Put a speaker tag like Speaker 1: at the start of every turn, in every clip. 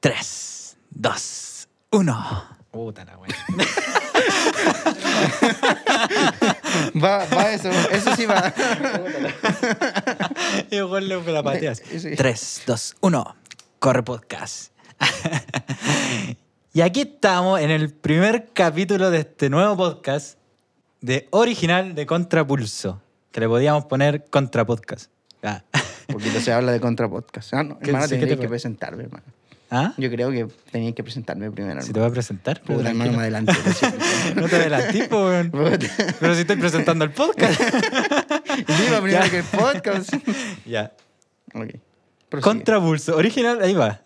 Speaker 1: 3, 2, 1.
Speaker 2: Puta la wea.
Speaker 3: Va, va eso, eso sí va.
Speaker 2: Y vos le la pateas.
Speaker 3: Sí.
Speaker 1: 3, 2, 1. Corre podcast. y aquí estamos en el primer capítulo de este nuevo podcast de original de Contrapulso, que le podíamos poner Contrapodcast. Ah.
Speaker 3: Poquito se habla de contrapodcast. Ah, no,
Speaker 2: ¿Qué-
Speaker 3: hermano,
Speaker 2: sí, qué
Speaker 3: tenés
Speaker 2: te-
Speaker 3: que presentarme, hermano.
Speaker 1: ¿Ah,
Speaker 3: Yo creo que tenía que presentarme primero.
Speaker 1: Si te
Speaker 3: hermano.
Speaker 1: voy a presentar, pues,
Speaker 3: Puta, hermano, me adelanté. lo siento.
Speaker 1: no te adelantes, po, weón.
Speaker 3: Puta.
Speaker 1: Pero si estoy presentando el podcast.
Speaker 3: Yo iba primero
Speaker 1: Ya.
Speaker 3: que el podcast.
Speaker 1: ya.
Speaker 3: Ok. prosigue.
Speaker 1: Contrapulso, original, ahí va.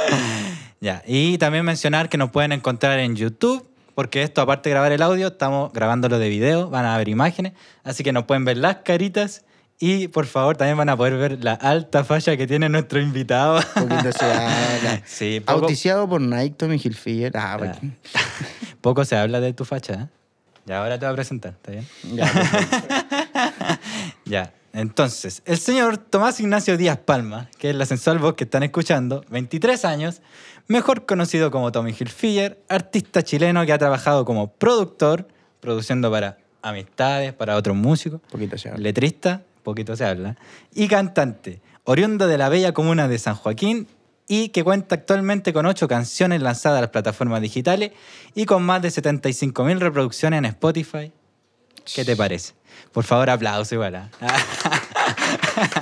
Speaker 1: ya, y también mencionar que nos pueden encontrar en YouTube, porque esto, aparte de grabar el audio, estamos grabándolo de video, van a ver imágenes, así que nos pueden ver las caritas y por favor también van a poder ver la alta falla que tiene nuestro invitado.
Speaker 3: Poquito se habla.
Speaker 1: sí, poco,
Speaker 3: Auticiado por Nike, Tommy Hilfiger. Ah, ¿para qué?
Speaker 1: poco se habla de tu facha, ¿eh? Ya, ahora te voy a presentar, ¿está bien?
Speaker 3: Ya, pues,
Speaker 1: Ya, entonces, el señor Tomás Ignacio Díaz Palma, que es la sensual voz que están escuchando, 23 años, mejor conocido como Tommy Hilfiger, artista chileno que ha trabajado como productor, produciendo para amistades, para otros músicos,
Speaker 3: poquito se habla.
Speaker 1: letrista, poquito se habla, y cantante, oriundo de la bella comuna de San Joaquín y que cuenta actualmente con ocho canciones lanzadas a las plataformas digitales y con más de 75.000 reproducciones en Spotify. ¿Qué te parece? Por favor, aplauso igual. ¿ah?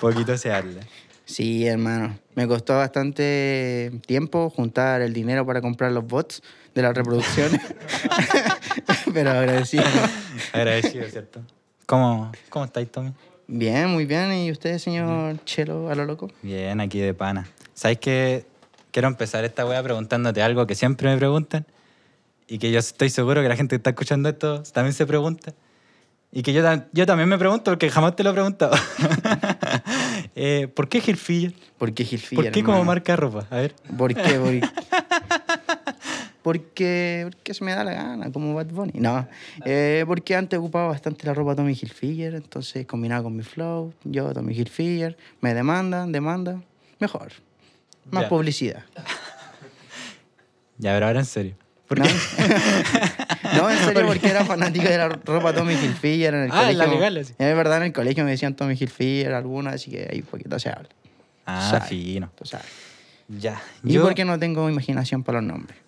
Speaker 1: Poquito se habla.
Speaker 3: Sí, hermano. Me costó bastante tiempo juntar el dinero para comprar los bots de las reproducciones. Pero agradecido.
Speaker 1: Agradecido, ¿cierto? ¿Cómo, cómo estáis, Tommy?
Speaker 3: Bien, muy bien. ¿Y usted, señor Chelo, a lo loco?
Speaker 1: Bien, aquí de pana. ¿Sabes que Quiero empezar esta wea preguntándote algo que siempre me preguntan y que yo estoy seguro que la gente que está escuchando esto también se pregunta. Y que yo, tam- yo también me pregunto porque jamás te lo he preguntado. Eh, ¿Por qué Gilfilla?
Speaker 3: ¿Por qué Hilfiger?
Speaker 1: ¿Por qué como
Speaker 3: hermano?
Speaker 1: marca de ropa? A ver.
Speaker 3: ¿Por qué? Por- porque, porque se me da la gana, como Bad Bunny. No, eh, porque antes ocupaba bastante la ropa Tommy Hilfiger, entonces combinaba con mi flow, yo Tommy Hilfiger, me demandan, demanda, mejor. Más
Speaker 1: Ya.
Speaker 3: publicidad.
Speaker 1: Ya, pero ahora en serio. ¿Por
Speaker 3: ¿no?
Speaker 1: qué?
Speaker 3: no, en serio, porque era fanática de la ropa Tommy Hilfiger en el
Speaker 1: Ah,
Speaker 3: colegio.
Speaker 1: la legal, así.
Speaker 3: Es verdad, en el colegio me decían Tommy Hilfiger algunas, así que ahí poquito se habla.
Speaker 1: Ah,
Speaker 3: Sabe.
Speaker 1: fino.
Speaker 3: tú sabes.
Speaker 1: Ya.
Speaker 3: ¿Y por qué no tengo impaginación para los nombres?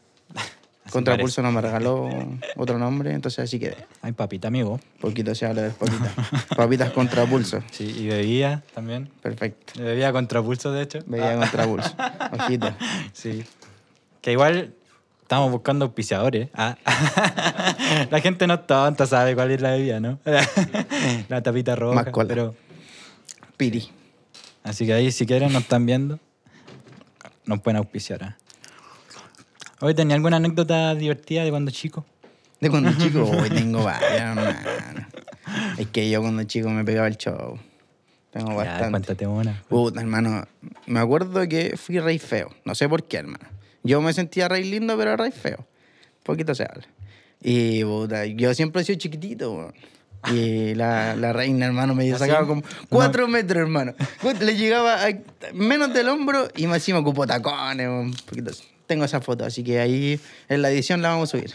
Speaker 3: Contrapulso no me regaló otro nombre, entonces así quedé.
Speaker 1: Ay, papita, amigo.
Speaker 3: Poquito se habla de las papitas. Papitas contrapulso.
Speaker 1: Sí, y bebía también.
Speaker 3: Perfecto.
Speaker 1: Bebía contrapulso, de hecho.
Speaker 3: Bebida
Speaker 1: Ah,
Speaker 3: contrapulso. Ojito.
Speaker 1: sí. Que igual estamos buscando auspiciadores. Ah. la gente no es tonta, sabe cuál es la bebida, ¿no? la tapita roja.
Speaker 3: Más cola.
Speaker 1: Pero,
Speaker 3: Piri.
Speaker 1: así que ahí, si quieren, nos están viendo, nos pueden auspiciar. ¿ah? Oye, ¿tenía alguna anécdota divertida de cuando chico?
Speaker 3: De cuando chico, hoy tengo varias, hermano. Es que yo cuando chico me pegaba el show. Tengo
Speaker 1: Ya,
Speaker 3: bastante.
Speaker 1: cuéntate una.
Speaker 3: Pues, Puta, hermano. Me acuerdo que fui rey feo. No sé por qué, hermano. Yo me sentía rey lindo, pero rey feo. Poquito se habla. Y, puta, yo siempre he sido chiquitito, weón. Y la, la reina, hermano,
Speaker 1: ¿Ah,
Speaker 3: me sacaba como cuatro metros, hermano. Puta, Le llegaba a menos del hombro y más encima ocupó tacones, weón. Poquito se- Tengo esa foto, así que ahí en la edición la vamos a subir.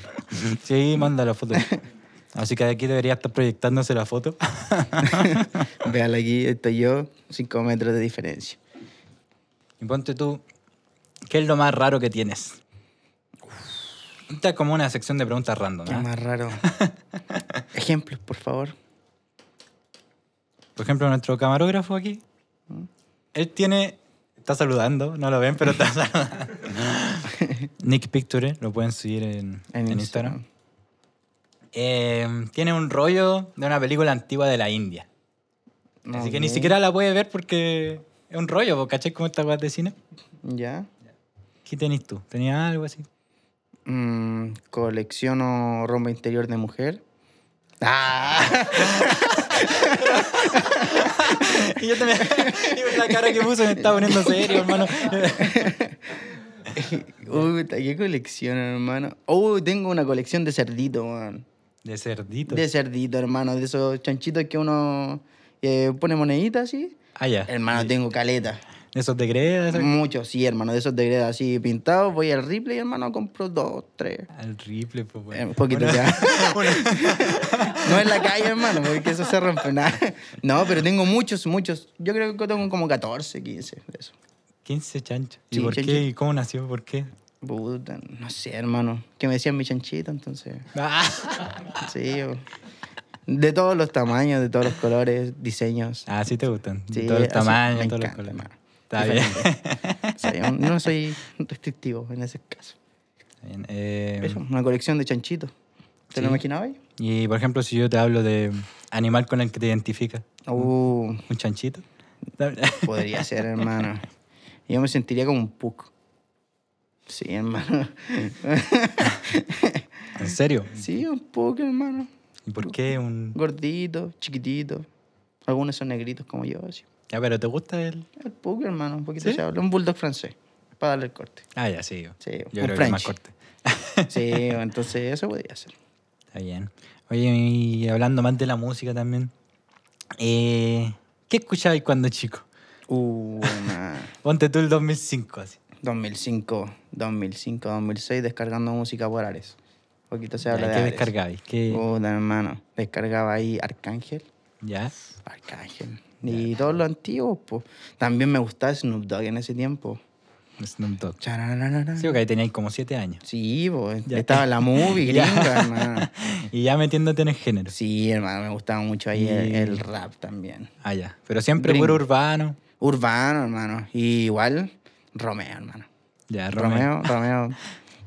Speaker 1: Sí, manda la foto. Así que aquí debería estar proyectándose la foto.
Speaker 3: Véala aquí, estoy yo, cinco metros de diferencia.
Speaker 1: Y ponte tú, ¿qué es lo más raro que tienes? Esta es como una sección de preguntas random.
Speaker 3: Qué
Speaker 1: ¿ah?
Speaker 3: más raro. Ejemplos, por favor.
Speaker 1: Por ejemplo, nuestro camarógrafo aquí, él tiene, está saludando, no lo ven, pero está saludando. Nick Picture, lo pueden seguir en, en Instagram. Eh, tiene un rollo de una película antigua de la India.
Speaker 3: No,
Speaker 1: Así que ni
Speaker 3: ok.
Speaker 1: siquiera la puede ver porque es un rollo, ¿vos ¿cachai? Como esta guay de cine.
Speaker 3: Ya.
Speaker 1: ¿Qué tenés tú? ¿Tenías algo así?
Speaker 3: Mm, colecciono ropa interior de mujer. ¡Ah!
Speaker 1: Y yo también. y la cara que puso me está poniendo serio, hermano.
Speaker 3: Uy, ¿qué colección, hermano? Oh, tengo una colección de cerdito, man.
Speaker 1: De cerdito.
Speaker 3: De cerdito, hermano. De esos chanchitos que uno eh, pone moneditas así.
Speaker 1: Ah, ya.
Speaker 3: Hermano, tengo caleta.
Speaker 1: Esos de greda, esos-
Speaker 3: Muchos, sí, hermano, de esos de greda así pintados. Voy al Ripley, hermano, compro dos, tres.
Speaker 1: Al rifle, pues,
Speaker 3: Eh,
Speaker 1: bueno.
Speaker 3: Un poquito
Speaker 1: Una-
Speaker 3: ya. no en la calle, hermano, porque eso se rompe nada. No, pero tengo muchos, muchos. Yo creo que tengo como 14, 15 de eso.
Speaker 1: 15 chanchos. ¿Y
Speaker 3: Sí,
Speaker 1: por
Speaker 3: chancho.
Speaker 1: qué? ¿Y cómo nació? ¿Por qué?
Speaker 3: Puta, no sé, hermano. Que me decían mi chanchito, entonces. Ah. Sí, o- de todos los tamaños, de todos los colores, diseños.
Speaker 1: Ah, sí te gustan. De
Speaker 3: Sí,
Speaker 1: todos los
Speaker 3: así-
Speaker 1: tamaños,
Speaker 3: me
Speaker 1: todos los
Speaker 3: encanta,
Speaker 1: colores.
Speaker 3: hermano.
Speaker 1: Está bien.
Speaker 3: Diferente. Sí, yo no soy restrictivo en ese caso.
Speaker 1: Está bien. Eh,
Speaker 3: Eso, una colección de chanchitos. ¿Te lo
Speaker 1: Sí.
Speaker 3: imaginabas?
Speaker 1: y por ejemplo, si yo te hablo de animal con el que te identificas,
Speaker 3: Uh,
Speaker 1: un chanchito.
Speaker 3: podría ser, hermano. Yo me sentiría como un puc. Sí, hermano.
Speaker 1: ¿En serio?
Speaker 3: Sí, un puc, hermano.
Speaker 1: ¿Y por qué un.?
Speaker 3: Gordito, chiquitito. Algunos son negritos como yo, así.
Speaker 1: Ya, pero ¿te gusta el.?
Speaker 3: El puc, hermano, un poquito
Speaker 1: ¿Sí?
Speaker 3: se habla. Un bulldog francés, para darle el corte.
Speaker 1: Ah, ya, sí. Yo,
Speaker 3: Sí,
Speaker 1: yo creo
Speaker 3: un
Speaker 1: que es
Speaker 3: French.
Speaker 1: más corte.
Speaker 3: Sí, entonces eso podría ser.
Speaker 1: Está bien. Oye, y hablando más de la música también. eh, ¿Qué escuchabas cuando chico?
Speaker 3: Uh, hermano.
Speaker 1: Ponte tú el 2005 así.
Speaker 3: 2005, 2005, 2006, descargando música por Ares. Poquito se
Speaker 1: Ya,
Speaker 3: habla de
Speaker 1: ¿Qué
Speaker 3: Ares.
Speaker 1: descargabais? ¿Qué-
Speaker 3: Puta, hermano. Descargaba ahí Arcángel.
Speaker 1: ¿Ya?
Speaker 3: Arcángel. Y todos los antiguos, pues. También me gustaba Snoop Dogg en ese tiempo.
Speaker 1: Snoop Dogg.
Speaker 3: Charararara.
Speaker 1: Sí, porque ahí teníais como 7 años.
Speaker 3: Sí, pues.
Speaker 1: Ya.
Speaker 3: Estaba la movie
Speaker 1: Ya.
Speaker 3: gringa, hermano.
Speaker 1: Y ya metiéndote en el género.
Speaker 3: Ah. Sí, hermano, me gustaba mucho ahí el,
Speaker 1: Y-
Speaker 3: el rap también.
Speaker 1: Ah, ya. Pero siempre
Speaker 3: Gringo.
Speaker 1: puro urbano.
Speaker 3: Urbano, hermano. Y igual, Romeo, hermano.
Speaker 1: Ya, Romeo.
Speaker 3: Romeo, Romeo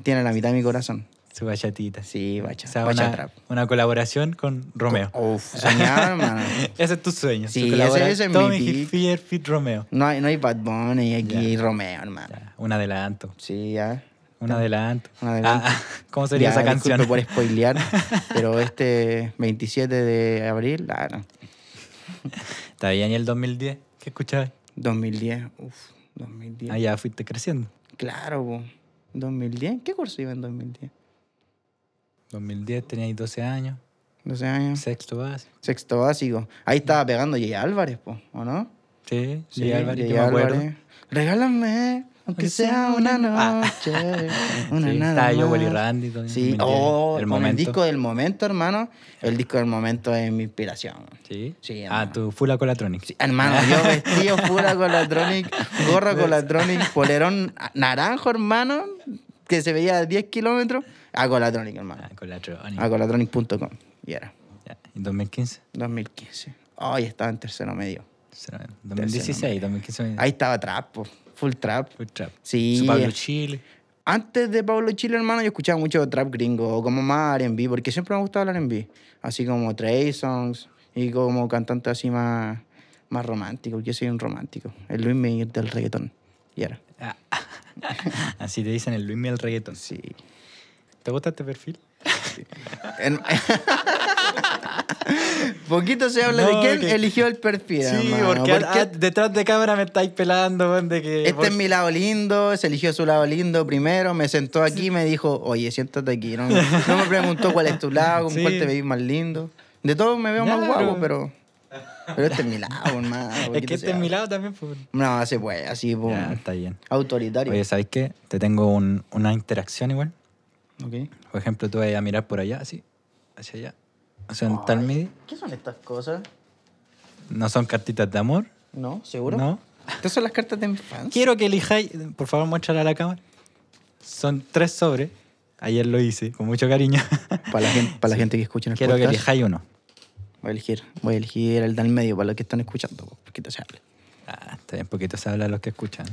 Speaker 3: tiene la mitad de mi corazón.
Speaker 1: Su bachatita.
Speaker 3: Sí, bacha,
Speaker 1: O sea,
Speaker 3: bacha
Speaker 1: una,
Speaker 3: trap.
Speaker 1: una colaboración con Romeo.
Speaker 3: Uf, soñaba, hermano.
Speaker 1: Ese es tu sueño. su
Speaker 3: Sí, ese-
Speaker 1: colabora-
Speaker 3: ese es mi
Speaker 1: Tommy
Speaker 3: pick.
Speaker 1: Hilfiger Fit Romeo.
Speaker 3: No hay, no hay Bad Bunny, aquí hay Romeo, hermano.
Speaker 1: Ya, un adelanto.
Speaker 3: Sí, ya.
Speaker 1: Un adelanto.
Speaker 3: Un adelanto.
Speaker 1: Ah, ah, ¿Cómo sería
Speaker 3: Ya,
Speaker 1: esa canción?
Speaker 3: disculpe por spoilear, pero este 27 de abril, ah, no,
Speaker 1: Está bien, ¿y el 2010? ¿Qué escuchabas?
Speaker 3: 2010, uf, 2010.
Speaker 1: Ah, ya fuiste creciendo.
Speaker 3: Claro, po. 2010, ¿qué curso iba en 2010?
Speaker 1: 2010 teníais 12 años,
Speaker 3: 12 años,
Speaker 1: sexto básico.
Speaker 3: sexto básico. Ahí estaba pegando Yeye Álvarez, po, ¿o no?
Speaker 1: Sí, sí,
Speaker 3: Yeye
Speaker 1: Álvarez, yo
Speaker 3: Yeye
Speaker 1: me acuerdo.
Speaker 3: Álvarez. Regálame, aunque sea una noche, una
Speaker 1: Ah, Sí,
Speaker 3: nada
Speaker 1: estaba yo,
Speaker 3: más.
Speaker 1: Willy Randy. también,
Speaker 3: Sí,
Speaker 1: 2010, el
Speaker 3: oh, con el
Speaker 1: momento.
Speaker 3: disco del momento, hermano. El disco del momento es mi inspiración.
Speaker 1: Sí.
Speaker 3: Sí,
Speaker 1: ah,
Speaker 3: hermano.
Speaker 1: tu Full Acolatronic.
Speaker 3: Sí, hermano, yo vestido pura Colatronic, gorra
Speaker 1: Pues.
Speaker 3: Colatronic, polerón naranjo, hermano, que se veía a 10 kilómetros, a Colatronic, hermano.
Speaker 1: Ah, Colatronic.
Speaker 3: A colatronic.com. Y era
Speaker 1: Ya, ¿En 2015?
Speaker 3: 2015. Ay, estaba en tercero medio.
Speaker 1: Será en 2016, 2015.
Speaker 3: Ahí estaba trap, po, full trap.
Speaker 1: Fue trap.
Speaker 3: Sí.
Speaker 1: Su Pablo Chile.
Speaker 3: Antes de Pablo Chile, hermano, yo escuchaba mucho trap gringo, o como más R&B, porque siempre me ha gustado el R&B. Así como Trey Songs, y como cantante así más, más romántico, porque yo soy un romántico. El Luis Miguel del reggaetón. Y era.
Speaker 1: Ah. Así te dicen el Luis Miguel Reggaeton.
Speaker 3: Sí.
Speaker 1: ¿Te gusta este perfil?
Speaker 3: En- Poquito se habla
Speaker 1: No,
Speaker 3: de quién
Speaker 1: que-
Speaker 3: eligió el perfil. hermano,
Speaker 1: ah, detrás de cámara me estáis pelando, weón, de que...
Speaker 3: este
Speaker 1: por-
Speaker 3: es mi lado lindo, se eligió su lado lindo primero, me sentó aquí y me dijo, oye, siéntate aquí. No, no me preguntó cuál es tu lado, con
Speaker 1: Sí.
Speaker 3: cuál te veis más lindo. De todo me veo más
Speaker 1: Ya,
Speaker 3: guapo, pero... Pero este es mi lado, hermano.
Speaker 1: Es
Speaker 3: poquito
Speaker 1: que
Speaker 3: se
Speaker 1: este es
Speaker 3: habla.
Speaker 1: mi lado también, pues.
Speaker 3: No, se puede, así, po,
Speaker 1: Ya, está bien.
Speaker 3: autoritario.
Speaker 1: Oye, ¿sabes qué? Te tengo un- una interacción igual.
Speaker 3: Ok.
Speaker 1: Por ejemplo, tú vas a mirar por allá, así, hacia allá. O sea, en tal midi.
Speaker 3: ¿Qué son estas cosas?
Speaker 1: No son cartitas de amor.
Speaker 3: ¿No? ¿Seguro?
Speaker 1: No.
Speaker 3: Estas son las cartas de infancia.
Speaker 1: Quiero que elijáis, por favor, muéstrala a la cámara. Son tres sobres. Ayer lo hice, con mucho cariño.
Speaker 3: Para la gente, para la gente que escucha en el
Speaker 1: Quiero que
Speaker 3: podcast.
Speaker 1: elijáis uno.
Speaker 3: Voy a elegir, voy a elegir el del medio para los que están escuchando. po, porque te sale.
Speaker 1: Ah, está bien, poquito se habla a los que escuchan.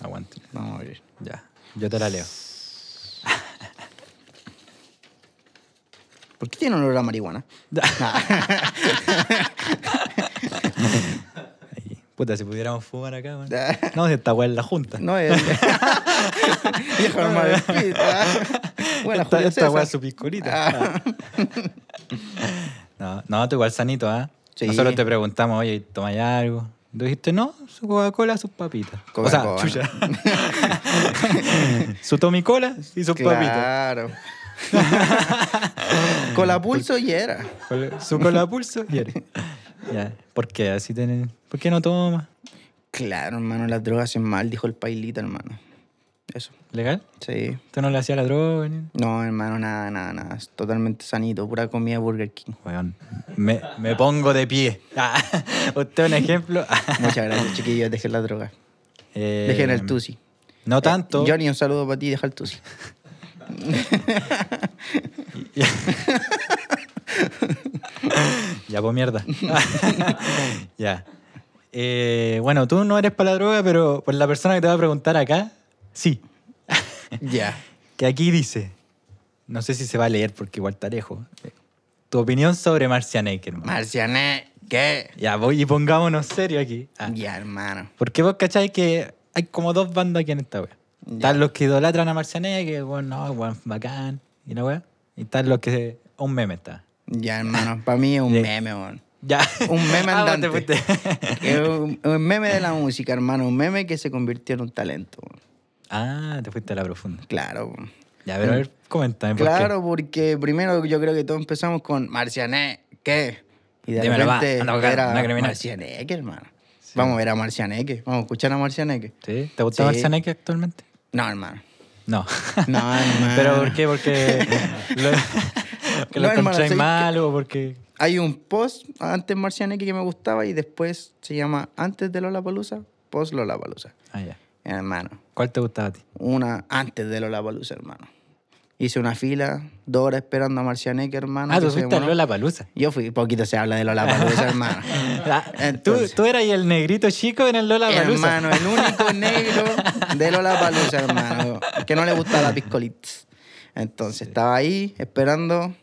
Speaker 1: Aguanten.
Speaker 3: Vamos a abrir.
Speaker 1: Ya, yo te la leo.
Speaker 3: ¿Por qué tiene olor a marihuana?
Speaker 1: Ahí. Puta, si pudiéramos fumar acá, man. No, si esta weá es la junta.
Speaker 3: No es. Viejo hermano de pita. Buena
Speaker 1: esta
Speaker 3: Julio
Speaker 1: esta weá
Speaker 3: César. Ah.
Speaker 1: es su piscolita. No, no, tú igual sanito, ¿ah?
Speaker 3: Sí.
Speaker 1: Nosotros te preguntamos, oye, ¿tomáis algo? Y Tú dijiste, no, su Coca-Cola, sus papitas. O
Speaker 3: Coca-Cola.
Speaker 1: sea, chucha. su Tomicola y sus papitas.
Speaker 3: Claro. Con la pulso y era.
Speaker 1: Su cola pulso y eres. Ya, ¿por qué así tienen? ¿Por qué no toma?
Speaker 3: Claro, hermano, las drogas hacen mal, dijo el pailita, hermano. Eso,
Speaker 1: ¿Legal?
Speaker 3: sí.
Speaker 1: ¿Tú no le hacías la droga? ni-
Speaker 3: No, hermano, nada, nada, nada. Es totalmente sanito, pura comida Burger King.
Speaker 1: Weón, me, me pongo de pie. Ah, usted un ejemplo.
Speaker 3: Muchas gracias, chiquillos. Dejen la droga.
Speaker 1: Eh,
Speaker 3: Dejen el tusi. Eh,
Speaker 1: No tanto.
Speaker 3: Johnny, un saludo para ti. Deja el tusi.
Speaker 1: Ya, pues mierda. ya. Eh, bueno, tú no eres para la droga, pero por la persona que te va a preguntar acá, sí.
Speaker 3: Ya.
Speaker 1: Que aquí dice, no sé si se va a leer porque igual tarejo. Tu opinión sobre Marcianek, hermano.
Speaker 3: Marciané, ¿qué?
Speaker 1: ya, voy y pongámonos serio aquí. Ah,
Speaker 3: Ya, hermano.
Speaker 1: Porque vos cacháis que hay como dos bandas aquí en esta wea. Están los que idolatran a Marcianek, que bueno, no, weón, bacán, y la wea. Y están los que. Un meme está.
Speaker 3: Ya, hermano. Para mí es un
Speaker 1: Ya.
Speaker 3: meme, weón.
Speaker 1: Ya.
Speaker 3: Un meme
Speaker 1: Ah, vos te
Speaker 3: andante.
Speaker 1: fuiste.
Speaker 3: Es un, un meme de la música, hermano. Un meme que se convirtió en un talento, weón.
Speaker 1: ah, te fuiste a la profunda.
Speaker 3: Claro, weón.
Speaker 1: Ya, pero a ver, coméntame. por qué.
Speaker 3: Mm. Claro, porque primero yo creo que todos empezamos con Marciané, ¿qué? Y de
Speaker 1: Dímelo, va,
Speaker 3: repente
Speaker 1: anda a buscar,
Speaker 3: era
Speaker 1: anda a criminal.
Speaker 3: Marcianeque, hermano. Vamos a ver a Marcianeque, vamos a escuchar a Marcianeque.
Speaker 1: ¿Sí? ¿Te gusta
Speaker 3: Sí.
Speaker 1: Marcianek actualmente?
Speaker 3: No, hermano.
Speaker 1: No.
Speaker 3: No, hermano.
Speaker 1: ¿Pero por qué? Porque lo, que lo
Speaker 3: No, hermano,
Speaker 1: encontráis
Speaker 3: ¿sabes
Speaker 1: mal o porque...
Speaker 3: Hay un post antes Marcianeque que me gustaba y después se llama antes de Lollapalooza, post Lollapalooza.
Speaker 1: Ah, ya.
Speaker 3: Hermano,
Speaker 1: ¿Cuál te gustaba a ti?
Speaker 3: una antes de Lollapalooza, hermano. Hice una fila, dos horas esperando a Marcianeque, hermano.
Speaker 1: Ah,
Speaker 3: que
Speaker 1: tú
Speaker 3: se
Speaker 1: fuiste a
Speaker 3: demoró.
Speaker 1: Lola Palusa.
Speaker 3: Yo fui, poquito se habla de Lollapalooza, hermano.
Speaker 1: Ah, ¿Tú,
Speaker 3: Entonces.
Speaker 1: tú eras el negrito chico en el Lola Palusa.
Speaker 3: Hermano, el único negro de Lola Palusa, hermano, que no le gustaba la piscolita. Entonces estaba ahí esperando,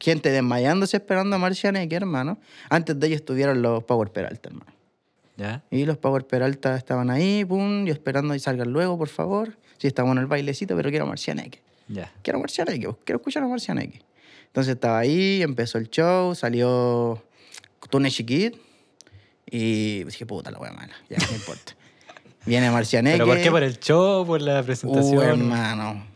Speaker 3: gente desmayándose esperando a Marcianeque, hermano. Antes de ellos estuvieron los Power Peralta, hermano.
Speaker 1: ¿Ya?
Speaker 3: Y los Power Peralta estaban ahí, pum, yo esperando y salgan luego, por favor. Sí, está bueno el bailecito, pero quiero a Marcianeque.
Speaker 1: Ya.
Speaker 3: Quiero a Marcianeque, vos, quiero escuchar a Marcianeque. Entonces estaba ahí, empezó el show, salió Tune Kid y dije, puta la wea mala, ya no importa. Viene Marcianeque.
Speaker 1: ¿Pero por qué? ¿Por el show? ¿Por la
Speaker 3: Uh,
Speaker 1: presentación?
Speaker 3: hermano.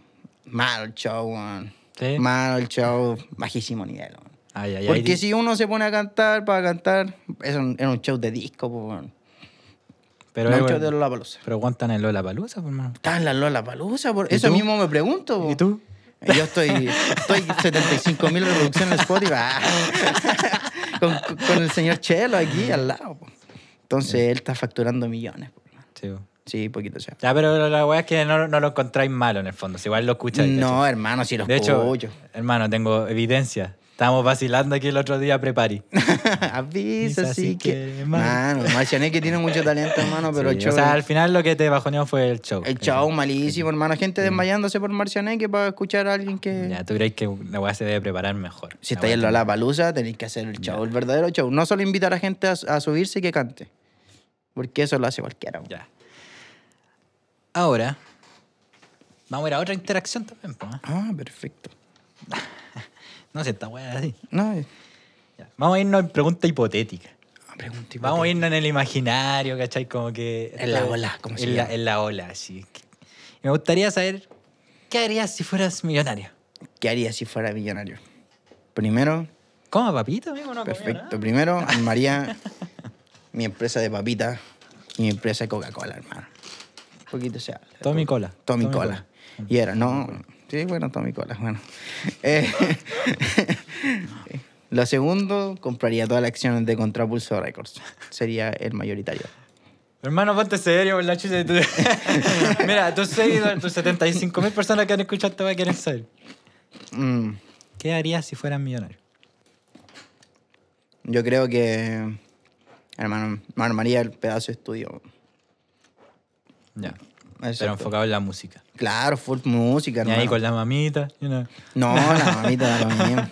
Speaker 3: Malo el show, weón.
Speaker 1: ¿Sí? Ah,
Speaker 3: Malo el show, bajísimo nivel, weón.
Speaker 1: Ay, ay, ay.
Speaker 3: Porque si uno se pone a cantar para cantar, es un, era un show de disco, po, weón.
Speaker 1: Pero,
Speaker 3: no
Speaker 1: eh,
Speaker 3: un show
Speaker 1: bueno,
Speaker 3: de Lola Palusa.
Speaker 1: pero aguantan el Lola Palusa, hermano.
Speaker 3: Está en la Lola Palusa,
Speaker 1: ¿Y
Speaker 3: eso
Speaker 1: tú?
Speaker 3: mismo me pregunto. po.
Speaker 1: ¿Y tú?
Speaker 3: Yo estoy, estoy 75 mil reproducciones en Spotify. ah. con, con el señor Chelo aquí al lado. po. Entonces él está facturando millones. po, hermano.
Speaker 1: Sí. bo.
Speaker 3: Sí, poquito sea.
Speaker 1: Ya, Ah, pero la weá es que no, no lo encontráis malo en el fondo. Si igual lo escucháis. ¿cachai?
Speaker 3: No, hermano, si los
Speaker 1: De hecho,
Speaker 3: pollos.
Speaker 1: hermano, tengo evidencia. Estábamos vacilando aquí el otro día prepari.
Speaker 3: Avisa,
Speaker 1: Avisa
Speaker 3: sí
Speaker 1: si
Speaker 3: que.
Speaker 1: quiere más.
Speaker 3: Mano, Marcianeque tiene mucho talento, hermano, pero el
Speaker 1: o
Speaker 3: show.
Speaker 1: sea, al final lo que te bajoneó fue el show.
Speaker 3: el show malísimo, hermano. Gente desmayándose por Marcianeque para escuchar a alguien que.
Speaker 1: Ya, tú crees que la weá se debe preparar mejor.
Speaker 3: Si
Speaker 1: La
Speaker 3: estáis en
Speaker 1: weá-
Speaker 3: la palusa, tenéis que hacer el show, el verdadero show. No solo invitar a gente a, a subirse y que cante. Porque eso lo hace cualquiera. po.
Speaker 1: Ya. Ahora, vamos a ir a otra interacción también. po, ¿eh?
Speaker 3: Ah, perfecto.
Speaker 1: No sé, esta weá es así.
Speaker 3: No, eh,
Speaker 1: Ya. Vamos a irnos en pregunta hipotética.
Speaker 3: ah, pregunta
Speaker 1: Vamos a irnos en el imaginario, ¿cachai? Como que.
Speaker 3: En la ola, ¿cómo se
Speaker 1: en la,
Speaker 3: llama?
Speaker 1: en la ola, sí. Me gustaría saber, ¿qué harías si fueras millonario?
Speaker 3: hipotética. ¿Qué haría si fuera millonario? Primero,
Speaker 1: ¿Cómo, papito? amigo? No comió
Speaker 3: perfecto. Primero, armaría mi empresa de papitas y mi empresa de Coca-Cola, hermano. Un poquito sea.
Speaker 1: Tommy Cola.
Speaker 3: Tommy
Speaker 1: Tommy
Speaker 3: Cola. Y era, no. Sí, bueno, Tommy Cola, bueno. Eh, lo segundo, compraría todas las acciones de Contrapulso Records. Sería el mayoritario.
Speaker 1: Hermano, ponte serio, por la chucha. de tu- Mira, tus seguidores, tus 75 mil personas que han escuchado te van a querer saber.
Speaker 3: Mm,
Speaker 1: ¿Qué harías si fueras millonario?
Speaker 3: yo creo que, hermano, me armaría el pedazo de estudio.
Speaker 1: Ya. Pero
Speaker 3: Exacto.
Speaker 1: enfocado en la música.
Speaker 3: Claro, full música,
Speaker 1: Y
Speaker 3: hermano.
Speaker 1: ahí con la mamita. you know.
Speaker 3: No, la mamita da lo mismo.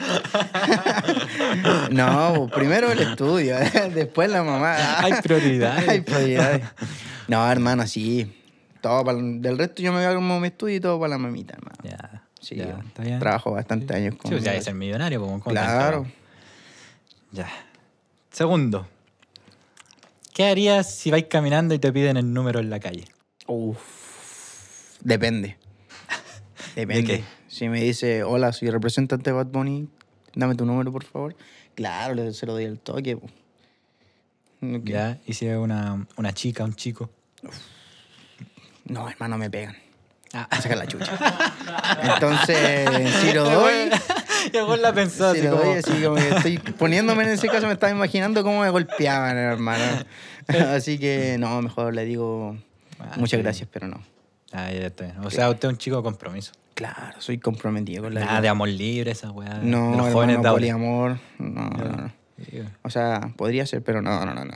Speaker 3: no, pues, primero el estudio, después la mamá.
Speaker 1: Hay prioridades.
Speaker 3: Hay prioridades. No, hermano, sí. Todo para del resto yo me voy como mi estudio y todo para la mamita, hermano.
Speaker 1: Ya.
Speaker 3: Sí,
Speaker 1: ya,
Speaker 3: yo
Speaker 1: está bien.
Speaker 3: trabajo bastante años con
Speaker 1: Sí, pues, o sea, es ser millonario. Como, como tanto,
Speaker 3: Claro.
Speaker 1: weón. Ya. Segundo. ¿Qué harías si vais caminando y te piden el número en la calle?
Speaker 3: Uf. Depende. Depende.
Speaker 1: qué?
Speaker 3: Si me dice, hola, soy representante de Bad Bunny, dame tu número, por favor. Claro, le- se lo doy el toque. po. Ok.
Speaker 1: ¿Ya? Y si es una, una chica, un chico.
Speaker 3: No, hermano, me pegan. Saca la chucha. Entonces, si lo doy,
Speaker 1: Y el Este weón la pensó
Speaker 3: si
Speaker 1: así
Speaker 3: lo
Speaker 1: como,
Speaker 3: doy, así como que estoy poniéndome en ese caso, me estaba imaginando cómo me golpeaban, hermano. Así que, no, mejor le digo
Speaker 1: Ah,
Speaker 3: muchas
Speaker 1: sí.
Speaker 3: gracias, pero no.
Speaker 1: Ah, ya está bien. O sea, usted es un chico de compromiso.
Speaker 3: Claro, soy comprometido con la
Speaker 1: Nada
Speaker 3: vida.
Speaker 1: de amor libre, esa weá. de-
Speaker 3: No,
Speaker 1: de Eh, los
Speaker 3: hermano,
Speaker 1: jóvenes de ahora.
Speaker 3: poliamor. No, no, no.
Speaker 1: Sí,
Speaker 3: O sea, podría ser, pero no, no, no. no.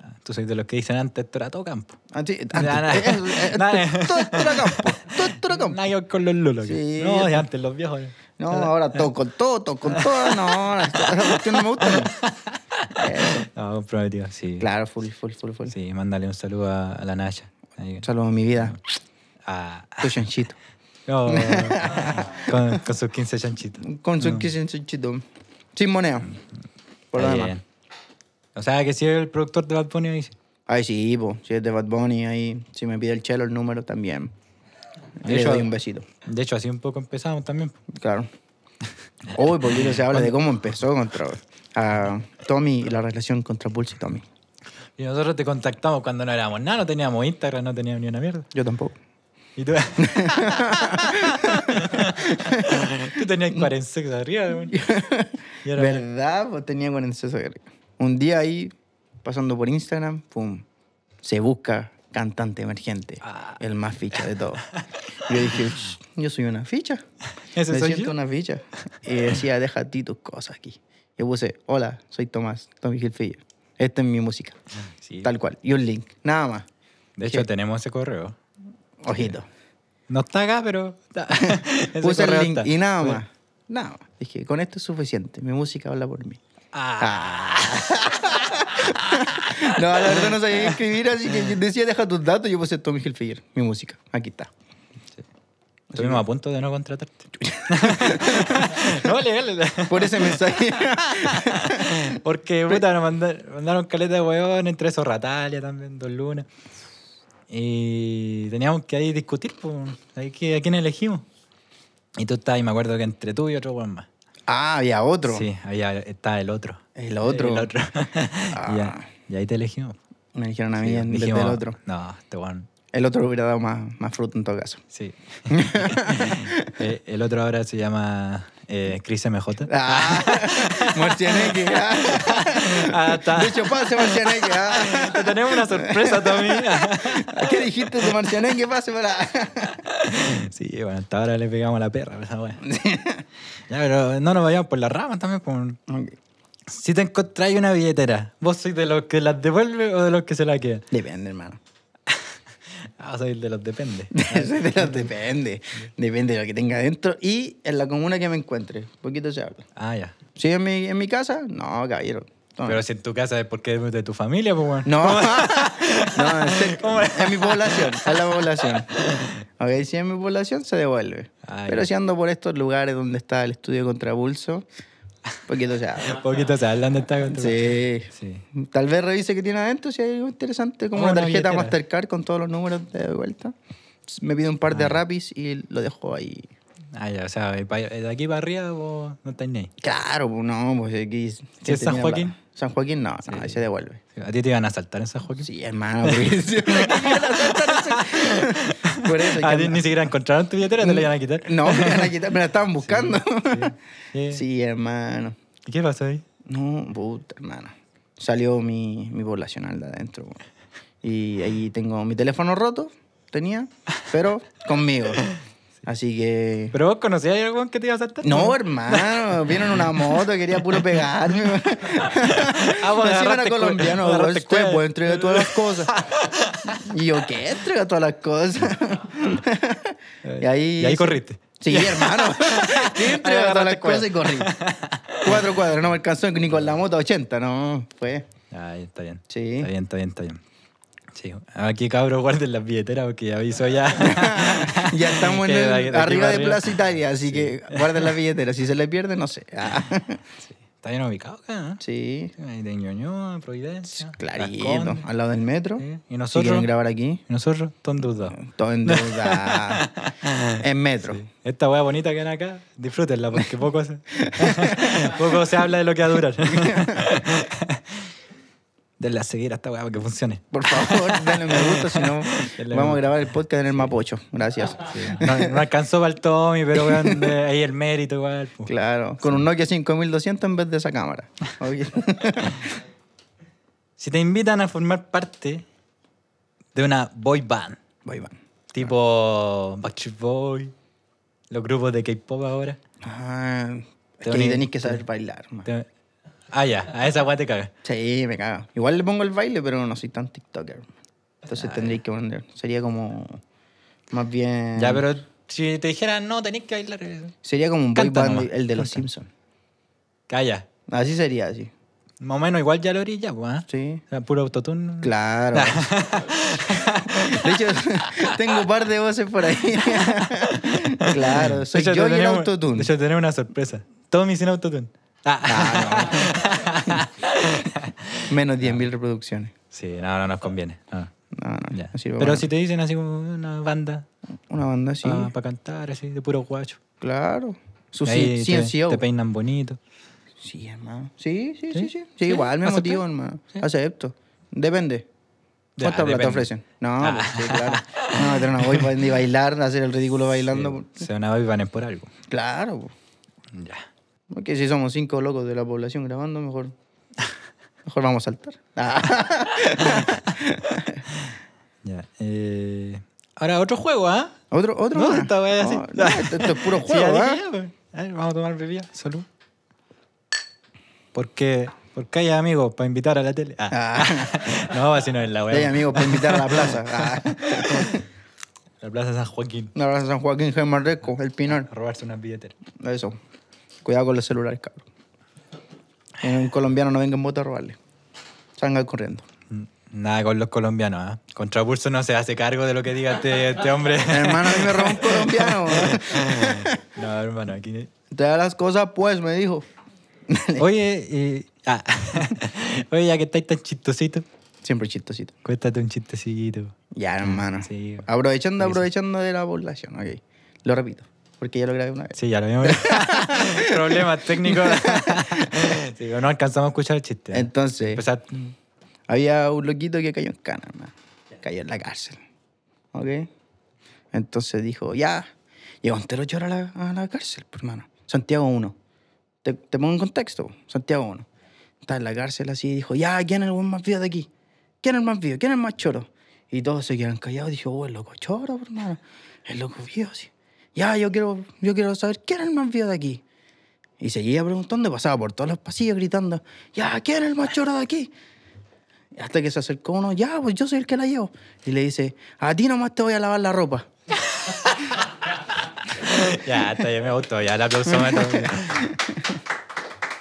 Speaker 1: ah, Tú sois de los que dicen antes, esto era todo campo.
Speaker 3: Antes,
Speaker 1: Ya, nada.
Speaker 3: antes, eh, eh, eh,
Speaker 1: Nada.
Speaker 3: todo esto era campo, todo esto era campo.
Speaker 1: Nada que ver con los lulos. que-
Speaker 3: Sí.
Speaker 1: No, de antes, los viejos.
Speaker 3: No, ahora todo con todo, todo con todo. No, esta cuestión no me gusta. no. Eso.
Speaker 1: No, comprometido, sí.
Speaker 3: Claro, full, full, full, full.
Speaker 1: Sí, mándale un saludo a, a la Naya. Ahí.
Speaker 3: Saludos a mi vida,
Speaker 1: Ah,
Speaker 3: tu chanchito.
Speaker 1: no, con, con sus 15 chanchitos.
Speaker 3: Con su quise chanchito. Sin moneda. Por lo
Speaker 1: Está
Speaker 3: demás.
Speaker 1: bien. O sea, que si es el productor de Bad Bunny, dice.
Speaker 3: Ay, sí, po. Si es de Bad Bunny, ahí. Si me pide el chelo, el número también.
Speaker 1: De
Speaker 3: Le
Speaker 1: hecho-
Speaker 3: doy un besito.
Speaker 1: De hecho, así un poco empezamos también. po.
Speaker 3: Claro. Hoy, porque no se habla de cómo empezó contra a Tommy y la relación contra Pulse y Tommy.
Speaker 1: Y nosotros te contactamos cuando no éramos nada, no teníamos Instagram, no teníamos ni una mierda.
Speaker 3: Yo tampoco.
Speaker 1: Y tú. tú tenías 46 arriba, weón. Y ahora-
Speaker 3: ¿Verdad? Pues tenía 46 de arriba. Un día ahí, pasando por Instagram, pum, se busca cantante emergente,
Speaker 1: Ah.
Speaker 3: el más ficha de todo. Yo dije, "Sh, yo soy una ficha.
Speaker 1: ¿Ese
Speaker 3: Me
Speaker 1: soy
Speaker 3: siento
Speaker 1: yo?
Speaker 3: una ficha. Y decía, deja a ti tus cosas aquí. Yo puse, hola, soy Tomás, Tommy Hilfiger. Esta es mi música,
Speaker 1: Sí.
Speaker 3: tal cual. Y un link, nada más.
Speaker 1: De hecho, tenemos ese correo.
Speaker 3: Ojito.
Speaker 1: No está acá, pero. está. Ese
Speaker 3: Puse el
Speaker 1: correo
Speaker 3: link
Speaker 1: está.
Speaker 3: y nada más. Nada más. Dije, con esto es suficiente. Mi música habla por mí.
Speaker 1: Ah.
Speaker 3: Ah. no, la verdad no sabía escribir, así que decía, deja tus datos. Yo puse Tommy Hilfiger, mi música. Aquí está.
Speaker 1: Estuvimos a punto de no contratarte. no, legal.
Speaker 3: Por ese mensaje.
Speaker 1: Porque, puta, nos manda- mandaron, caleta de hueón entre eso Ratalia también, Dos Lunas. Y teníamos que ahí discutir, pues, ahí que- ¿a quién elegimos? Y tú estabas, y me acuerdo que entre tú y otro hueón más.
Speaker 3: ah, había otro.
Speaker 1: Sí, había, estaba el otro.
Speaker 3: El otro.
Speaker 1: El otro.
Speaker 3: Ah.
Speaker 1: Y ya- y, ahí te elegimos.
Speaker 3: Me dijeron a mí en vez
Speaker 1: Dijimos,
Speaker 3: del otro.
Speaker 1: No, este hueón,
Speaker 3: El otro hubiera dado más, más fruto en todo caso.
Speaker 1: sí. Eh, el otro ahora se llama eh, Chris MJ.
Speaker 3: Ah, Marcianeque. Ah.
Speaker 1: Ah, está.
Speaker 3: De hecho, pase Marcianeque. Ah.
Speaker 1: Te tenemos una sorpresa también.
Speaker 3: ¿Qué dijiste de Marcianeque? Pase para.
Speaker 1: Sí, bueno, hasta ahora le pegamos a la perra, esa wea. Ya, pero no nos vayamos por las ramas también. por-
Speaker 3: Ok.
Speaker 1: Si te encontráis una billetera, ¿vos sois de los que las devuelve o de los que se la queda?
Speaker 3: Depende, hermano.
Speaker 1: Ah, sois de los depende.
Speaker 3: Eso de los depende. Depende de lo que tenga adentro y en la comuna que me encuentre. poquito se habla.
Speaker 1: Ah, ya.
Speaker 3: Si en mi, en mi casa, no, caballero. tome.
Speaker 1: Pero si en tu casa es porque es de tu familia, pues bueno.
Speaker 3: No, no, en serio, es mi población, es la población. Ok, si es mi población, se devuelve.
Speaker 1: Ah,
Speaker 3: Pero
Speaker 1: ya.
Speaker 3: si ando por estos lugares donde está el estudio de contrapulso, poquito se habla.
Speaker 1: Un poquito se hablan de esta cosa.
Speaker 3: Sí.
Speaker 1: Sí.
Speaker 3: Tal vez revise qué tiene adentro, si hay algo interesante, como
Speaker 1: Una
Speaker 3: una tarjeta
Speaker 1: billetera.
Speaker 3: Mastercard con todos los números de vuelta. Me pido un par de rapis y lo dejo ahí.
Speaker 1: Ah, ya, o sea, de pa- de aquí para arriba vos no estáis ni ahí.
Speaker 3: Claro, pues, no, pues aquí.
Speaker 1: Si es San
Speaker 3: tenía
Speaker 1: Joaquín.
Speaker 3: la- San Joaquín no, no, ahí se devuelve.
Speaker 1: Sí, A ti te iban a saltar en San Joaquín.
Speaker 3: Sí, hermano, porque siempre me quitan las cosas, no sé. Por eso. hay
Speaker 1: A ti Ah,
Speaker 3: que
Speaker 1: ni
Speaker 3: andar.
Speaker 1: siquiera encontraron tu billetera, te la iban a quitar.
Speaker 3: No, me la, iban a quitar, me la estaban buscando.
Speaker 1: Sí.
Speaker 3: Sí. hermano.
Speaker 1: ¿Y qué pasó ahí?
Speaker 3: No, puta, hermano. Salió mi, mi poblacional de adentro. güey. Y ahí tengo mi teléfono roto, tenía, pero conmigo. Así que.
Speaker 1: ¿Pero vos conocías a alguien que te iba a saltar?
Speaker 3: No, hermano, vieron una moto, quería puro pegarme.
Speaker 1: Ah, vos
Speaker 3: Encima
Speaker 1: agarraste
Speaker 3: era
Speaker 1: cu-
Speaker 3: colombiano,
Speaker 1: agarraste
Speaker 3: vos, usted
Speaker 1: cueva.
Speaker 3: puede entregar todas las cosas. Y yo, ¿qué? Entrega todas las cosas. y ahí.
Speaker 1: Eh, Y ahí corriste.
Speaker 3: Sí, hermano. Sí, entrega todas las
Speaker 1: Agarraste cueva.
Speaker 3: cosas y corrí. Cuatro cuadras, no me alcanzó ni con la moto, 80, no, fue.
Speaker 1: Ah, ya está bien.
Speaker 3: Sí.
Speaker 1: Está bien, está bien, está bien. Sí. Aquí, cabros, guarden las billeteras porque ya aviso ya.
Speaker 3: Ya estamos en
Speaker 1: Que
Speaker 3: el-
Speaker 1: de aquí- de aquí
Speaker 3: arriba
Speaker 1: para
Speaker 3: de Plaza Italia, así que guarden las billeteras. Si se les pierde, no sé. Ah,
Speaker 1: Está bien ubicado acá, ¿eh?
Speaker 3: sí,
Speaker 1: Ahí de Ñoñoa, Providencia. Las
Speaker 3: clarito.
Speaker 1: Condes.
Speaker 3: Al lado del metro.
Speaker 1: Sí, ¿y
Speaker 3: Si
Speaker 1: nosotros?
Speaker 3: quieren grabar aquí?
Speaker 1: Y nosotros, todos dudados.
Speaker 3: Todo en deuda. en metro.
Speaker 1: Esta wea bonita que hay acá, disfrútenla porque poco se, poco se habla de lo que va a durar. de la ceguera a esta weá para que funcione.
Speaker 3: Por favor, denle me gusta, si no
Speaker 1: Denle me
Speaker 3: vamos a
Speaker 1: gusta.
Speaker 3: grabar el podcast en el Mapocho. Gracias.
Speaker 1: No, no alcanzó para el Tommy, pero weón, de ahí el mérito igual. po.
Speaker 3: Claro, con un Nokia 5200 en vez de esa cámara. Oye.
Speaker 1: Si te invitan a formar parte de una boy band,
Speaker 3: Voy, van.
Speaker 1: tipo Backstreet Boy, los grupos de K-pop ahora.
Speaker 3: Ah,
Speaker 1: Te
Speaker 3: es que ahí
Speaker 1: uni-
Speaker 3: tenéis que saber bailar. man.
Speaker 1: te- Ah, ya, a esa weá te cagas.
Speaker 3: Sí, me cago. Igual le pongo el baile, pero no soy tan TikToker.
Speaker 1: Ah,
Speaker 3: Entonces tendréis que poner. Sería como. Más bien.
Speaker 1: Ya, pero si te dijeran no, tenés que bailar. eh,
Speaker 3: Sería como un boy
Speaker 1: Canta
Speaker 3: band,
Speaker 1: nomás,
Speaker 3: el de los
Speaker 1: canta.
Speaker 3: Simpsons.
Speaker 1: Calla.
Speaker 3: Así sería, así.
Speaker 1: Más o menos igual ya lo orilla, pues. ¿ah?
Speaker 3: Sí.
Speaker 1: O sea, puro autotune.
Speaker 3: Claro. De hecho, tengo un par de voces por ahí. claro, soy
Speaker 1: De hecho,
Speaker 3: yo
Speaker 1: te
Speaker 3: y el
Speaker 1: tenemos- De
Speaker 3: autotune.
Speaker 1: hecho, tenemos una sorpresa. Tommy sin autotune. Ah.
Speaker 3: Ah, no. Menos 10.000 reproducciones.
Speaker 1: Sí, no, no nos conviene. no, no,
Speaker 3: No, no,
Speaker 1: ya.
Speaker 3: no sirve
Speaker 1: Pero
Speaker 3: para
Speaker 1: si Ah. te dicen así como una banda
Speaker 3: nada. Una banda así,
Speaker 1: para cantar, así de puro guacho.
Speaker 3: claro. Su
Speaker 1: Ahí te,
Speaker 3: CNCO.
Speaker 1: te peinan bonito.
Speaker 3: Sí, hermano. Sí, sí, sí,
Speaker 1: ¿Sí?
Speaker 3: sí. Sí,
Speaker 1: ¿Sí?
Speaker 3: igual me
Speaker 1: ¿Aceptas?
Speaker 3: motivo, hermano. Acepto. Depende.
Speaker 1: Ya,
Speaker 3: ¿Cuánta plata
Speaker 1: depende.
Speaker 3: ofrecen? No,
Speaker 1: Ah.
Speaker 3: pues, sí, claro. No, tener una boy band y bailar, hacer el ridículo bailando. pues,
Speaker 1: Eh, Se van a vivir por algo.
Speaker 3: Claro. pues.
Speaker 1: Ya.
Speaker 3: Porque si somos cinco locos de la población grabando, mejor. Mejor vamos a saltar. Ah,
Speaker 1: ya. Eh, Ahora, otro juego, ¿ah?
Speaker 3: Otro, otro.
Speaker 1: No,
Speaker 3: más.
Speaker 1: esta wea así.
Speaker 3: No, no, esto, esto es puro
Speaker 1: Sí, ya
Speaker 3: juego,
Speaker 1: dije
Speaker 3: ¿ah?
Speaker 1: ya, pues. A ver, vamos a tomar bebida. Salud. Porque, porque hay amigos para invitar a la tele. Ah,
Speaker 3: Ah,
Speaker 1: no, así no es la
Speaker 3: ya hay
Speaker 1: wea.
Speaker 3: amigos para invitar a la plaza. Ah,
Speaker 1: La Plaza San Joaquín.
Speaker 3: Un abrazo a San Joaquín G. Marreco, el Pinar.
Speaker 1: A robarse unas billeteras.
Speaker 3: Eso. Cuidado con los celulares, cabrón. En un colombiano no venga en moto a robarle. Salgan corriendo.
Speaker 1: Nada con los colombianos, ¿ah? Contrapulso no se hace cargo de lo que diga este, este hombre.
Speaker 3: Hermano, a mí me robó un colombiano.
Speaker 1: No, hermano, aquí.
Speaker 3: Te da las cosas, pues, me dijo.
Speaker 1: Oye, eh, ah. Oye, ya que estáis tan chistositos,
Speaker 3: Siempre chistosito.
Speaker 1: cuéntate un chistecito.
Speaker 3: Ya, hermano.
Speaker 1: Sí.
Speaker 3: Aprovechando, aprovechando de la población, ok. Lo repito, porque ya lo grabé una vez.
Speaker 1: Sí, ya lo vimos. Problemas técnicos. Sí, no alcanzamos a escuchar el chiste. ¿eh?
Speaker 3: Entonces,
Speaker 1: Empezar-
Speaker 3: había un loquito que cayó en cana, hermano. Cayó en la cárcel. ¿Ok? Entonces dijo, ya, llegó entero ocho horas a la, a la cárcel, pues, hermano. Santiago 1. Te, te pongo en contexto, po. Santiago 1. Está en la cárcel así y dijo, ya, ¿quién es el buen más vivo de aquí? ¿Quién es el más vivo? ¿Quién es el más choro? Y todos se quedan callados. Dijo, oh, el loco choro, po, hermano. El loco vivo, sí. Ya, yo quiero, yo quiero saber quién es el más vivo de aquí. Y seguía preguntando, pasaba por todos los pasillos gritando, ya, ¿quién es el más choro de aquí? Hasta que se acercó uno, ya, pues yo soy el que la llevo. Y le dice, a ti nomás te voy a lavar la ropa.
Speaker 1: Ya, está bien, me gustó. Ya el aplauso me tocó.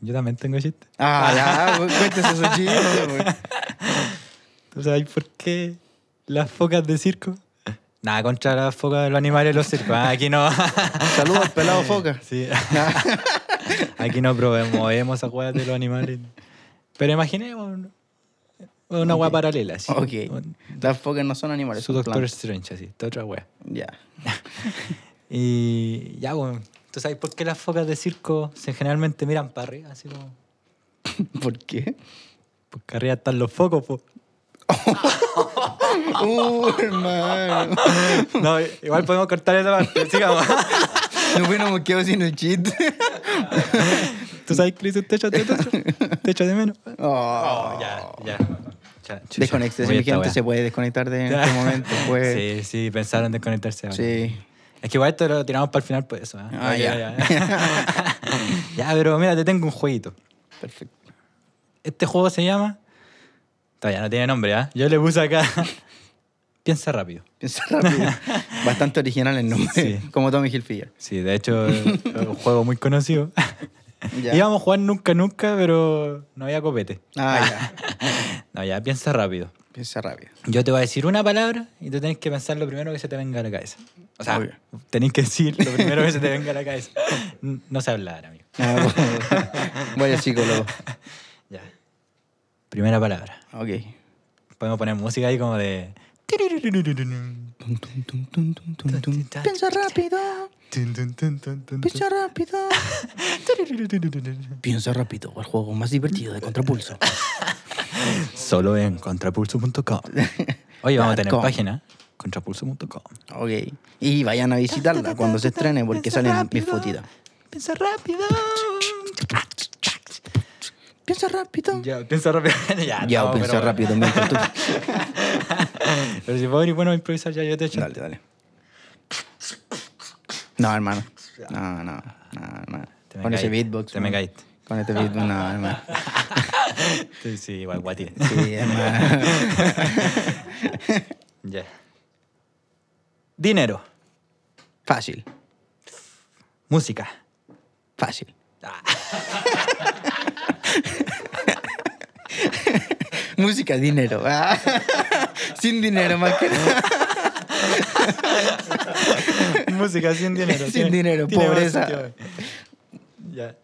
Speaker 1: Yo también tengo chiste.
Speaker 3: Ah, ya, pues, cuéntese esos chistes, pues.
Speaker 1: ¿Tú sabes por qué las focas de circo? Nada contra las focas de los animales de los circos. ah, Aquí no.
Speaker 3: Saludos, pelado foca.
Speaker 1: Sí. Aquí no promovemos a jugar de los animales. Pero imaginemos un- una hueá paralela. Así.
Speaker 3: Ok.
Speaker 1: Un-
Speaker 3: Las focas no son animales.
Speaker 1: Su
Speaker 3: Son
Speaker 1: Doctor
Speaker 3: plantas.
Speaker 1: Strange, así. Esta otra hueá.
Speaker 3: Ya.
Speaker 1: Y ya, bueno. ¿Tú sabes por qué las focas de circo se generalmente miran para arriba? Así como.
Speaker 3: ¿Por qué?
Speaker 1: Porque arriba están los focos, po.
Speaker 3: Uh, hermano.
Speaker 1: No, igual podemos cortar esa parte. Sigamos.
Speaker 3: No bueno, me quedo sin el chiste.
Speaker 1: ¿Tú sabes que le hice un techo, techo, techo? Techo de menos.
Speaker 3: Oh.
Speaker 1: ya, ya. Cha- chucha.
Speaker 3: Desconecte,
Speaker 1: Oye,
Speaker 3: mi
Speaker 1: esta
Speaker 3: gente
Speaker 1: wea.
Speaker 3: se puede desconectar de este momento.
Speaker 1: Sí,
Speaker 3: Pues.
Speaker 1: sí, pensaron desconectarse ahora.
Speaker 3: Sí.
Speaker 1: Es que igual esto lo tiramos para el final por eso. ¿eh?
Speaker 3: Ah,
Speaker 1: Ok,
Speaker 3: ya.
Speaker 1: ya. Ya, pero mira, te tengo un jueguito.
Speaker 3: Perfecto.
Speaker 1: Este juego se llama... Todavía no tiene nombre, ¿ah? Yo le puse acá... Piensa rápido.
Speaker 3: Piensa rápido. Bastante original el nombre.
Speaker 1: Sí.
Speaker 3: Como Tommy Hilfiger.
Speaker 1: Sí, de hecho, es un juego muy conocido.
Speaker 3: Ya.
Speaker 1: Íbamos a jugar nunca, nunca, pero no había copete.
Speaker 3: Ah, ya.
Speaker 1: No, ya, piensa rápido.
Speaker 3: Piensa rápido.
Speaker 1: Yo te voy a decir una palabra y tú tenés que pensar lo primero que se te venga a la cabeza. O sea,
Speaker 3: Obvio.
Speaker 1: tenés que decir lo primero que se te venga a la cabeza. N- No sé hablar, amigo.
Speaker 3: Ah, bueno. Vaya psicólogo.
Speaker 1: Ya. Primera palabra.
Speaker 3: Ok.
Speaker 1: Podemos poner música ahí como de...
Speaker 3: Tum, tum, tum, tum, tum, tum, tum. Piensa rápido, piensa rápido. Piensa rápido, el juego más divertido de Contrapulso.
Speaker 1: Solo en contrapulso.com. Oye, vamos a tener
Speaker 3: Com.
Speaker 1: página. Contrapulso.com.
Speaker 3: Ok. Y vayan a visitarla cuando se estrene porque
Speaker 1: Piensa
Speaker 3: salen mis
Speaker 1: rápido.
Speaker 3: fotitos.
Speaker 1: Piensa rápido.
Speaker 3: Piensa rápido.
Speaker 1: Ya, piensa rápido. ya,
Speaker 3: Ya,
Speaker 1: no,
Speaker 3: piensa
Speaker 1: pero-
Speaker 3: rápido mientras tú.
Speaker 1: Pero si puedo ir bueno a improvisar, ya yo te echo.
Speaker 3: Dale, dale. No, hermano. No, no, no, no.
Speaker 1: Te me
Speaker 3: Con
Speaker 1: caíste,
Speaker 3: ese beatbox.
Speaker 1: te me
Speaker 3: man.
Speaker 1: caíste.
Speaker 3: Con este beatbox, no, hermano.
Speaker 1: Sí, sí, igual, guati.
Speaker 3: Sí, hermano.
Speaker 1: Ya. Dinero.
Speaker 3: Fácil,
Speaker 1: Música.
Speaker 3: fácil.
Speaker 1: Ah.
Speaker 3: Música, dinero. Ah. Sin dinero, más que nada.
Speaker 1: Música sin dinero.
Speaker 3: Sin
Speaker 1: tiene-
Speaker 3: dinero,
Speaker 1: tiene más
Speaker 3: pobreza.
Speaker 1: sentido. Ya.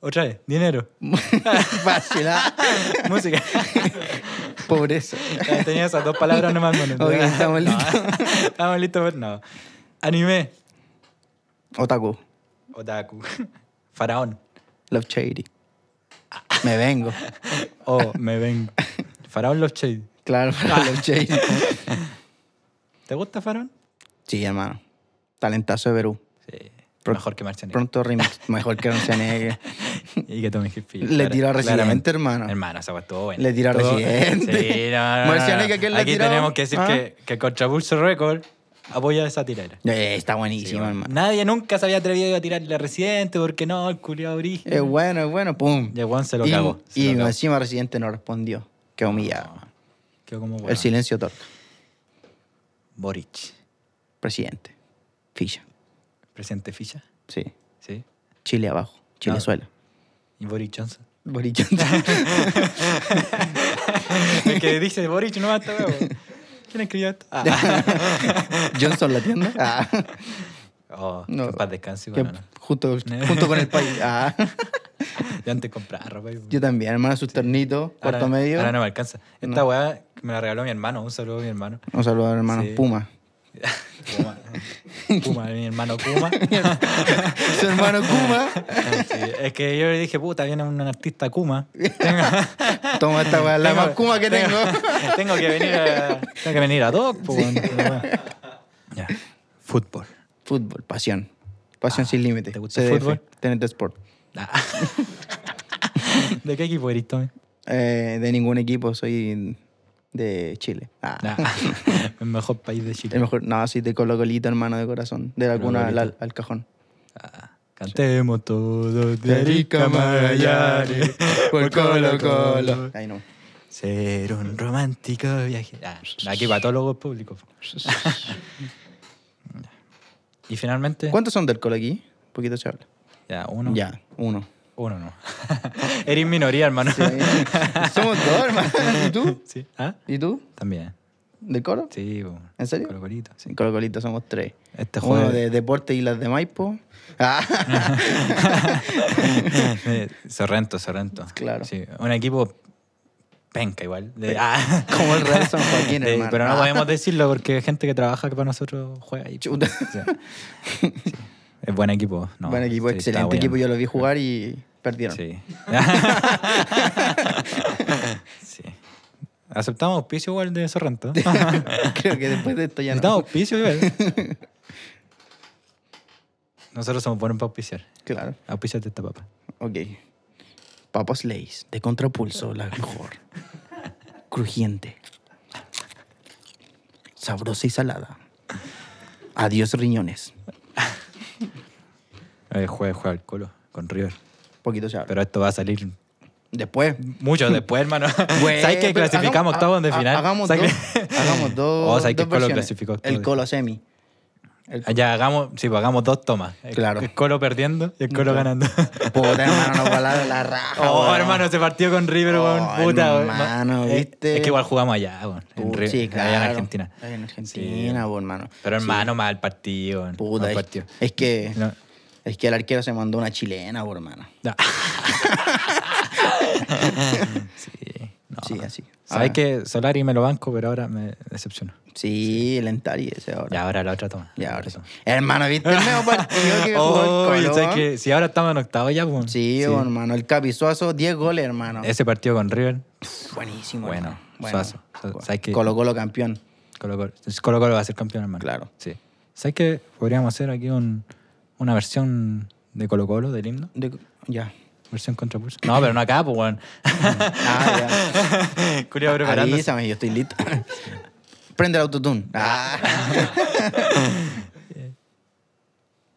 Speaker 1: Otra vez, dinero.
Speaker 3: Fácil, ah.
Speaker 1: Música.
Speaker 3: Pobreza.
Speaker 1: Ya, Tenía esas dos palabras nomás, mono.
Speaker 3: Ok, estamos
Speaker 1: No,
Speaker 3: listos.
Speaker 1: estamos listos, pero no. Anime.
Speaker 3: Otaku,
Speaker 1: Otaku. Faraón.
Speaker 3: Love Shady. Me vengo.
Speaker 1: Oh, me ven. Faraón Love Shade.
Speaker 3: Claro, para Love Shady.
Speaker 1: ¿Te gusta Faraón?
Speaker 3: Sí, hermano. Talentazo de Perú.
Speaker 1: Sí.
Speaker 3: Pro-
Speaker 1: Mejor que Marcianeque.
Speaker 3: Pronto remix. Mejor que Schwarzenegger.
Speaker 1: Y que Tommy Hilfiger.
Speaker 3: Le
Speaker 1: Clara-
Speaker 3: tiró a Residente,
Speaker 1: claramente.
Speaker 3: hermano.
Speaker 1: Hermano, esa fue estuvo buena.
Speaker 3: Le tiró a
Speaker 1: Estuvo-
Speaker 3: Residente.
Speaker 1: Sí, no, no, no,
Speaker 3: Marcianeque, ¿a quién le
Speaker 1: Aquí
Speaker 3: tiró?
Speaker 1: tenemos que decir
Speaker 3: ¿Ah?
Speaker 1: que, que Contrapulso Record apoya esa tirera.
Speaker 3: Eh, está buenísimo,
Speaker 1: Sí, bueno.
Speaker 3: hermano.
Speaker 1: Nadie nunca se había atrevido a tirarle a Residente porque no, el culiado origen.
Speaker 3: Es Eh, bueno, es bueno, pum.
Speaker 1: Y el weón se lo
Speaker 3: y,
Speaker 1: cagó. se
Speaker 3: y
Speaker 1: lo cagó.
Speaker 3: encima Residente no respondió. Qué humillado.
Speaker 1: No, Quedó como
Speaker 3: El
Speaker 1: weón.
Speaker 3: silencio torta.
Speaker 1: Boric.
Speaker 3: Presidente. Ficha.
Speaker 1: Presidente Ficha.
Speaker 3: Sí.
Speaker 1: Sí.
Speaker 3: Chile abajo. Chilezuela.
Speaker 1: Y Boric Johnson.
Speaker 3: Boric
Speaker 1: El que dice Boric no mata, weón. ¿Quién escribió esto? Ah.
Speaker 3: Johnson la tienda. Ah,
Speaker 1: Oh,
Speaker 3: No.
Speaker 1: que en paz descanse,
Speaker 3: que
Speaker 1: bueno, no.
Speaker 3: Junto, junto con el país. Ah,
Speaker 1: Yo antes compraba ropa. y-
Speaker 3: yo también, hermano, sus ternitos,
Speaker 1: Ahora-
Speaker 3: cuarto medio.
Speaker 1: Ahora no me alcanza. Esta
Speaker 3: No.
Speaker 1: weá me la regaló mi hermano. Un saludo a mi hermano.
Speaker 3: Un saludo, hermano.
Speaker 1: Sí.
Speaker 3: Puma.
Speaker 1: Kuma. Kuma, mi hermano Kuma.
Speaker 3: Su hermano Kuma.
Speaker 1: Ah, Sí, es que yo le dije, puta, viene un artista Kuma. Tengo,
Speaker 3: Toma esta weá, la
Speaker 1: tengo-
Speaker 3: más Kuma que tengo.
Speaker 1: tengo que venir a, tengo que venir a pues, dos. po, weón. Ya. Fútbol.
Speaker 3: Fútbol, pasión. Pasión sin límite.
Speaker 1: ¿te gusta el
Speaker 3: CDF,
Speaker 1: fútbol?
Speaker 3: TNT Sport.
Speaker 1: Ah. ¿De qué equipo eres, Tommy?
Speaker 3: Eh, de ningún equipo, soy de Chile. Ah.
Speaker 1: Ah, El mejor país de
Speaker 3: El
Speaker 1: Chile.
Speaker 3: mejor, no, sí, de Colo Colito, hermano de corazón. De la
Speaker 1: Colo
Speaker 3: cuna al,
Speaker 1: Colito.
Speaker 3: al- al cajón.
Speaker 1: Ah, Cantemos todos de Arica Magallanes por Colo Colo.
Speaker 3: Ahí no.
Speaker 1: Ser un romántico viaje. Ah, aquí patólogos públicos. Y finalmente.
Speaker 3: ¿Cuántos son del Colo aquí? Un poquito se habla.
Speaker 1: Ya, uno.
Speaker 3: Ya, uno.
Speaker 1: Uno no. Eres minoría, hermano.
Speaker 3: Sí. Somos dos, hermano. ¿Y tú?
Speaker 1: Sí. ¿Ah?
Speaker 3: ¿Y tú?
Speaker 1: También.
Speaker 3: ¿Del Colo?
Speaker 1: Sí, bo.
Speaker 3: ¿En serio?
Speaker 1: Colo Colito. Sí.
Speaker 3: Sí, Colo Colito somos tres.
Speaker 1: Este
Speaker 3: Uno
Speaker 1: juego.
Speaker 3: de Deporte y las de Maipo. Ah,
Speaker 1: Eh, Sorrento, Sorrento.
Speaker 3: Claro.
Speaker 1: Sí, un equipo penca igual. De- ah.
Speaker 3: como el Real San Joaquín,
Speaker 1: De-
Speaker 3: hermano.
Speaker 1: pero no
Speaker 3: Ah,
Speaker 1: podemos decirlo porque hay gente que trabaja que para nosotros juega ahí.
Speaker 3: chuta.
Speaker 1: Sí. Sí. Es buen equipo. No,
Speaker 3: Buen equipo,
Speaker 1: sí, está
Speaker 3: excelente
Speaker 1: bueno.
Speaker 3: equipo. Yo lo vi jugar y perdieron.
Speaker 1: Sí. sí. Aceptamos auspicio igual de Sorrento.
Speaker 3: Creo que después de esto ya
Speaker 1: Necesitamos
Speaker 3: no.
Speaker 1: auspicio igual. Nosotros somos buenos para auspiciar.
Speaker 3: Claro.
Speaker 1: Auspiciate esta papa.
Speaker 3: Ok. Papas Lays, de contrapulso, la mejor. Crujiente. Sabrosa y salada. Adiós riñones.
Speaker 1: Eh, juega, juega al colo con River.
Speaker 3: Poquito se habla.
Speaker 1: Pero esto va a salir
Speaker 3: Después.
Speaker 1: mucho después, hermano. ¿Sabes que
Speaker 3: Bueno, pero
Speaker 1: clasificamos
Speaker 3: hagam-
Speaker 1: octavos de
Speaker 3: ha-
Speaker 1: final?
Speaker 3: Hagamos dos.
Speaker 1: ¿Sabes
Speaker 3: Hagamos dos.
Speaker 1: Oh, ¿sabes que
Speaker 3: dos
Speaker 1: el Colo
Speaker 3: versiones.
Speaker 1: clasificó octavos?
Speaker 3: El colo semi. El-
Speaker 1: que- Ya hagamos, sí, pues, hagamos dos tomas. El-
Speaker 3: Claro.
Speaker 1: El colo perdiendo y el colo
Speaker 3: Claro.
Speaker 1: ganando.
Speaker 3: Puta, hermano, nos volaron la raja.
Speaker 1: Oh,
Speaker 3: weón.
Speaker 1: hermano, se partió con River,
Speaker 3: Oh,
Speaker 1: weón. Puta, weón.
Speaker 3: hermano,
Speaker 1: Es-
Speaker 3: ¿viste?
Speaker 1: Es que igual jugamos allá, weón. En
Speaker 3: Puta,
Speaker 1: River-
Speaker 3: sí, claro.
Speaker 1: Allá en Argentina.
Speaker 3: Allá en Argentina, weón, hermano.
Speaker 1: Pero
Speaker 3: Sí.
Speaker 1: hermano, mal partido, weón.
Speaker 3: Puta,
Speaker 1: mal
Speaker 3: es,
Speaker 1: partido.
Speaker 3: es que
Speaker 1: No.
Speaker 3: es que el arquero se mandó una chilena, por hermano.
Speaker 1: No. sí. No.
Speaker 3: Sí, así.
Speaker 1: Sabes
Speaker 3: Ah.
Speaker 1: Ah. que Solari me lo banco, pero ahora me decepcionó.
Speaker 3: Sí, el Entari ese ahora.
Speaker 1: Ya, ahora la otra toma.
Speaker 3: Ya,
Speaker 1: La
Speaker 3: ahora
Speaker 1: otra
Speaker 3: sí.
Speaker 1: toma.
Speaker 3: Hermano, ¿viste el nuevo partido que jugó
Speaker 1: Oye,
Speaker 3: el Colo?
Speaker 1: Oh, ¿sabes qué? Si ahora estamos en octavo ya, pues.
Speaker 3: Sí, hermano. El Capizuazo, 10 goles, hermano.
Speaker 1: Ese partido con River,
Speaker 3: Buenísimo.
Speaker 1: bueno,
Speaker 3: hermano.
Speaker 1: Suazo. Suazo. ¿Sabes qué?
Speaker 3: Colo Colo campeón.
Speaker 1: Colo Colo. Entonces, Colo Colo va a ser campeón, hermano.
Speaker 3: Claro.
Speaker 1: Sí. ¿Sabes qué? Podríamos hacer aquí un- una versión de Colo Colo, del himno.
Speaker 3: De- Ya.
Speaker 1: Versión contra Pulso. No, pero no acá, pues, weón.
Speaker 3: Ah,
Speaker 1: Curioso
Speaker 3: ya.
Speaker 1: preparando.
Speaker 3: Avísame, yo estoy listo. Prende el autotune. Ah,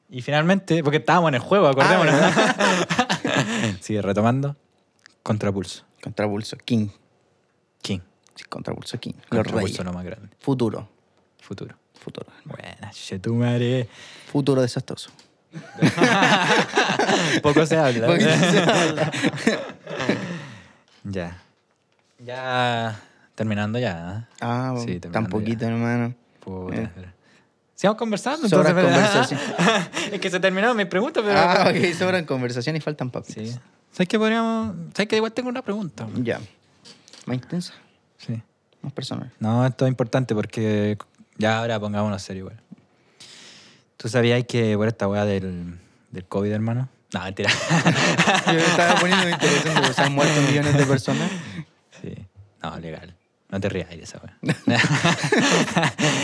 Speaker 1: Y finalmente, porque estábamos en el juego, acordémonos.
Speaker 3: Ah,
Speaker 1: Sigue retomando. Contrapulso.
Speaker 3: Contrapulso King.
Speaker 1: King.
Speaker 3: Sí, Contrapulso King. Los Reyes.
Speaker 1: Contrapulso lo más grande.
Speaker 3: Futuro.
Speaker 1: Futuro.
Speaker 3: Futuro.
Speaker 1: Buena, che, tu madre.
Speaker 3: Futuro desastroso.
Speaker 1: Poco se
Speaker 3: Porque
Speaker 1: habla. ¿eh?
Speaker 3: se habla.
Speaker 1: ya. Ya. Terminando ya. ¿eh?
Speaker 3: Ah,
Speaker 1: Sí, terminando
Speaker 3: tan poquito,
Speaker 1: ya.
Speaker 3: hermano.
Speaker 1: Puta.
Speaker 3: Eh.
Speaker 1: pero- Sigamos conversando. Entonces,
Speaker 3: Sobran
Speaker 1: ¿verdad?
Speaker 3: conversación.
Speaker 1: es que se terminaron mis preguntas, pero.
Speaker 3: Ah, ok, sobran conversaciones y faltan papitas.
Speaker 1: Sí. ¿Sabes qué podríamos.? ¿Sabes que igual tengo una pregunta?
Speaker 3: Ya. Más intensa,
Speaker 1: Sí.
Speaker 3: más personal.
Speaker 1: No, esto es importante porque ya ahora pongámonos serio, igual. ¿Tú sabías que por esta weá del, del COVID, hermano? No, mentira.
Speaker 3: Yo me estaba poniendo interesante, porque se han muerto millones de personas.
Speaker 1: sí. No, legal. No te rías de esa weá.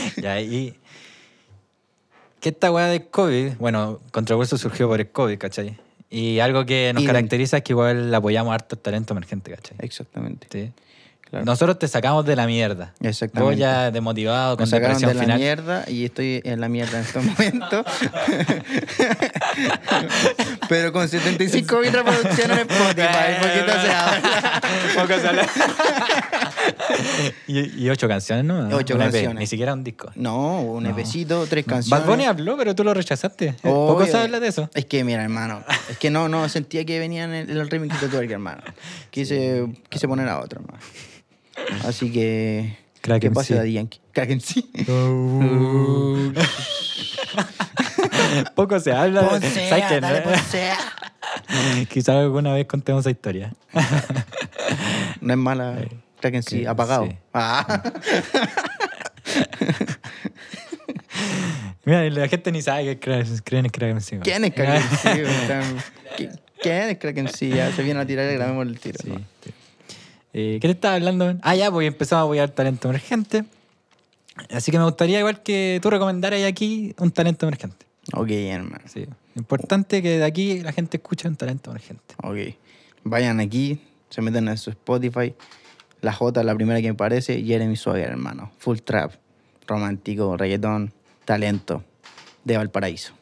Speaker 1: ya, y. Que esta weá del COVID, bueno, Contraverso surgió por el COVID, ¿cachai? Y algo que nos
Speaker 3: Y la-
Speaker 1: caracteriza es que igual apoyamos harto el talento emergente, ¿cachai?
Speaker 3: Exactamente.
Speaker 1: Sí.
Speaker 3: Claro.
Speaker 1: Nosotros te sacamos de la mierda.
Speaker 3: Exactamente.
Speaker 1: Vos ya desmotivado,
Speaker 3: Me
Speaker 1: con
Speaker 3: sacaron
Speaker 1: depresión
Speaker 3: de la
Speaker 1: final.
Speaker 3: mierda y estoy en la mierda en este estos momentos. Pero con 75 mil reproducciones en Spotify, poquito se habla.
Speaker 1: Poco se habla. y, y ocho canciones, ¿no?
Speaker 3: Ocho
Speaker 1: Un EP,
Speaker 3: canciones.
Speaker 1: ni siquiera un disco.
Speaker 3: No, un
Speaker 1: No.
Speaker 3: epecito, tres canciones.
Speaker 1: Bad Bunny habló, pero tú lo rechazaste. Eh, Poco
Speaker 3: Oye,
Speaker 1: se habla de eso.
Speaker 3: Es que, mira, hermano, es que no, no, sentía que venían el, el remix de Twerk, hermano. Quise, quise poner a otro, hermano. Así que.
Speaker 1: Crack
Speaker 3: que
Speaker 1: en
Speaker 3: pase
Speaker 1: sí.
Speaker 3: Daddy Yankee. Crack en sí.
Speaker 1: Poco se habla. de- ¿sabes qué,
Speaker 3: Poncea,
Speaker 1: no?
Speaker 3: dale, pues. poncea.
Speaker 1: Quizás alguna vez contemos esa historia.
Speaker 3: No es mala. Crack en sí,
Speaker 1: que-
Speaker 3: apagado.
Speaker 1: Eh, sí.
Speaker 3: Ah,
Speaker 1: Mira, la gente ni sabe que creen, creen, creen encima.
Speaker 3: ¿Quién es Crack en sí? güey? Tan- ¿Qui- ¿Quién es Crack en sí? Ya se viene a tirar y grabemos el tiro.
Speaker 1: Sí,
Speaker 3: ¿no?
Speaker 1: sí. Eh, ¿Qué te estaba hablando? man? Ah, ya, pues empezamos a apoyar talento emergente. Así que me gustaría igual que tú recomendaras aquí un talento emergente.
Speaker 3: Ok, hermano.
Speaker 1: Sí. Importante que de aquí la gente escuche un talento emergente.
Speaker 3: Ok. Vayan aquí, se meten en su Spotify. La J, la primera que me parece, Jeremy Sawyer, hermano. Full trap, romántico, reggaetón, talento. De Valparaíso.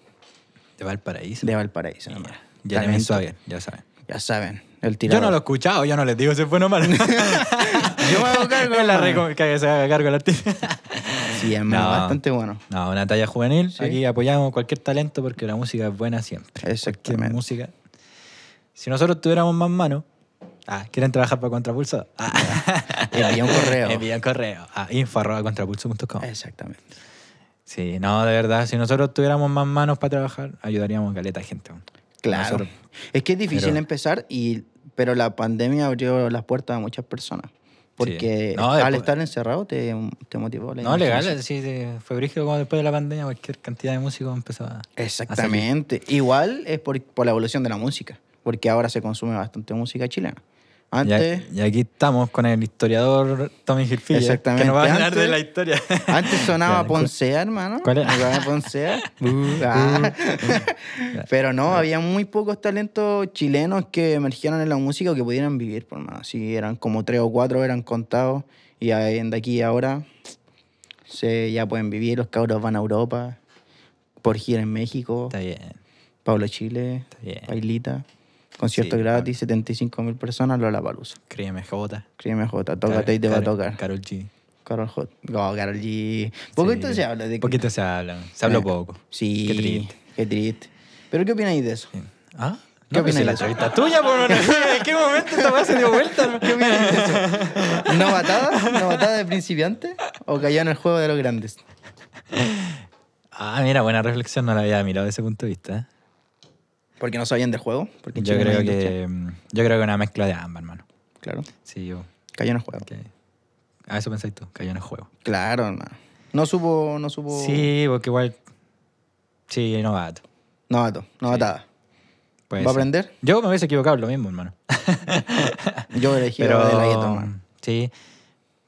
Speaker 1: De Valparaíso.
Speaker 3: De Valparaíso, hermano.
Speaker 1: Ya
Speaker 3: Talento.
Speaker 1: saben, ya saben.
Speaker 3: Ya saben, el
Speaker 1: Yo
Speaker 3: tirador.
Speaker 1: no lo he escuchado, yo no les digo si es bueno o malo.
Speaker 3: Yo me hago cargo,
Speaker 1: Es la
Speaker 3: hermano.
Speaker 1: reco- que se haga cargo el artista.
Speaker 3: Sí, hermano,
Speaker 1: No.
Speaker 3: bastante bueno.
Speaker 1: No, una talla juvenil.
Speaker 3: Sí.
Speaker 1: Aquí apoyamos cualquier talento porque la música es buena siempre. Cualquier
Speaker 3: Exactamente.
Speaker 1: música. Si nosotros tuviéramos más manos, ah, quieren trabajar para Contrapulso, ah,
Speaker 3: Envía un correo.
Speaker 1: envían correo a info@contrapulso.com.
Speaker 3: Exactamente.
Speaker 1: Sí, no, de verdad, si nosotros tuviéramos más manos para trabajar, ayudaríamos a caleta de gente. weón.
Speaker 3: Claro.
Speaker 1: Nosotros-
Speaker 3: Es que es difícil
Speaker 1: Pero-
Speaker 3: empezar, y, pero la pandemia abrió las puertas a muchas personas. Porque
Speaker 1: No,
Speaker 3: al
Speaker 1: después-
Speaker 3: estar encerrado te, te motivó la
Speaker 1: no, legal, sí,
Speaker 3: imaginación.
Speaker 1: sí, fue brígido como después de la pandemia cualquier cantidad de músicos empezó a...
Speaker 3: Exactamente. Igual es por, por la evolución de la música, porque ahora se consume bastante música chilena.
Speaker 1: Y a-
Speaker 3: Antes,
Speaker 1: Y, aquí estamos con el historiador Tommy Hilfiger,
Speaker 3: Exactamente.
Speaker 1: que nos va a hablar
Speaker 3: Antes-
Speaker 1: de la historia.
Speaker 3: antes
Speaker 1: Ya,
Speaker 3: sonaba
Speaker 1: cu-
Speaker 3: Poncea, hermano.
Speaker 1: ¿Cuál Uh, era?
Speaker 3: Sonaba Poncea. Ah.
Speaker 1: uh,
Speaker 3: Pero no, había muy pocos talentos chilenos que emergieron en la música o que pudieran vivir, por más. Sí, eran como tres o cuatro, eran contados. Y ahí- de aquí a ahora se, ya pueden vivir. Los cabros van a Europa, por gira en México,
Speaker 1: Está bien,
Speaker 3: Pablo Chile,
Speaker 1: está bien.
Speaker 3: Bailita, concierto
Speaker 1: Sí,
Speaker 3: gratis, 75 mil personas, Lola Palusa.
Speaker 1: Créeme, Jota.
Speaker 3: Créeme, J, tócate y te va a tocar.
Speaker 1: Carol G.
Speaker 3: Carol J. No, Carol G. Poquito
Speaker 1: Sí.
Speaker 3: se habla de
Speaker 1: Poquito se habla. Se habló
Speaker 3: Eh,
Speaker 1: poco.
Speaker 3: Sí.
Speaker 1: Qué triste.
Speaker 3: Qué triste. Pero ¿qué opináis de eso?
Speaker 1: ¿Ah?
Speaker 3: ¿Qué
Speaker 1: No, pues
Speaker 3: opinas
Speaker 1: si
Speaker 3: de
Speaker 1: la
Speaker 3: eso?
Speaker 1: entrevista es tuya, por ¿En qué momento esta weá se dio vuelta?
Speaker 3: ¿Qué opináis de eso? ¿Novatada? ¿Novatada de principiante? ¿O cayó en el juego de los grandes?
Speaker 1: Ah, mira, buena reflexión, no la había mirado desde ese punto de vista. ¿eh?
Speaker 3: Porque no sabían del juego. Porque en
Speaker 1: Yo
Speaker 3: Chile no
Speaker 1: creo
Speaker 3: hay industria.
Speaker 1: que mm, yo creo que una mezcla de ambas, hermano.
Speaker 3: Claro.
Speaker 1: Sí, yo.
Speaker 3: Cayó en el juego.
Speaker 1: que- A eso pensáis tú, cayó en el juego.
Speaker 3: Claro, hermano. No supo, no supo.
Speaker 1: Sí, porque igual. Sí, novato.
Speaker 3: Novato, novatada.
Speaker 1: Puede
Speaker 3: ¿Va a
Speaker 1: ser.
Speaker 3: aprender?
Speaker 1: Yo me hubiese equivocado en lo mismo, hermano.
Speaker 3: Yo elegí
Speaker 1: Pero.
Speaker 3: de la gueta, man.
Speaker 1: sí.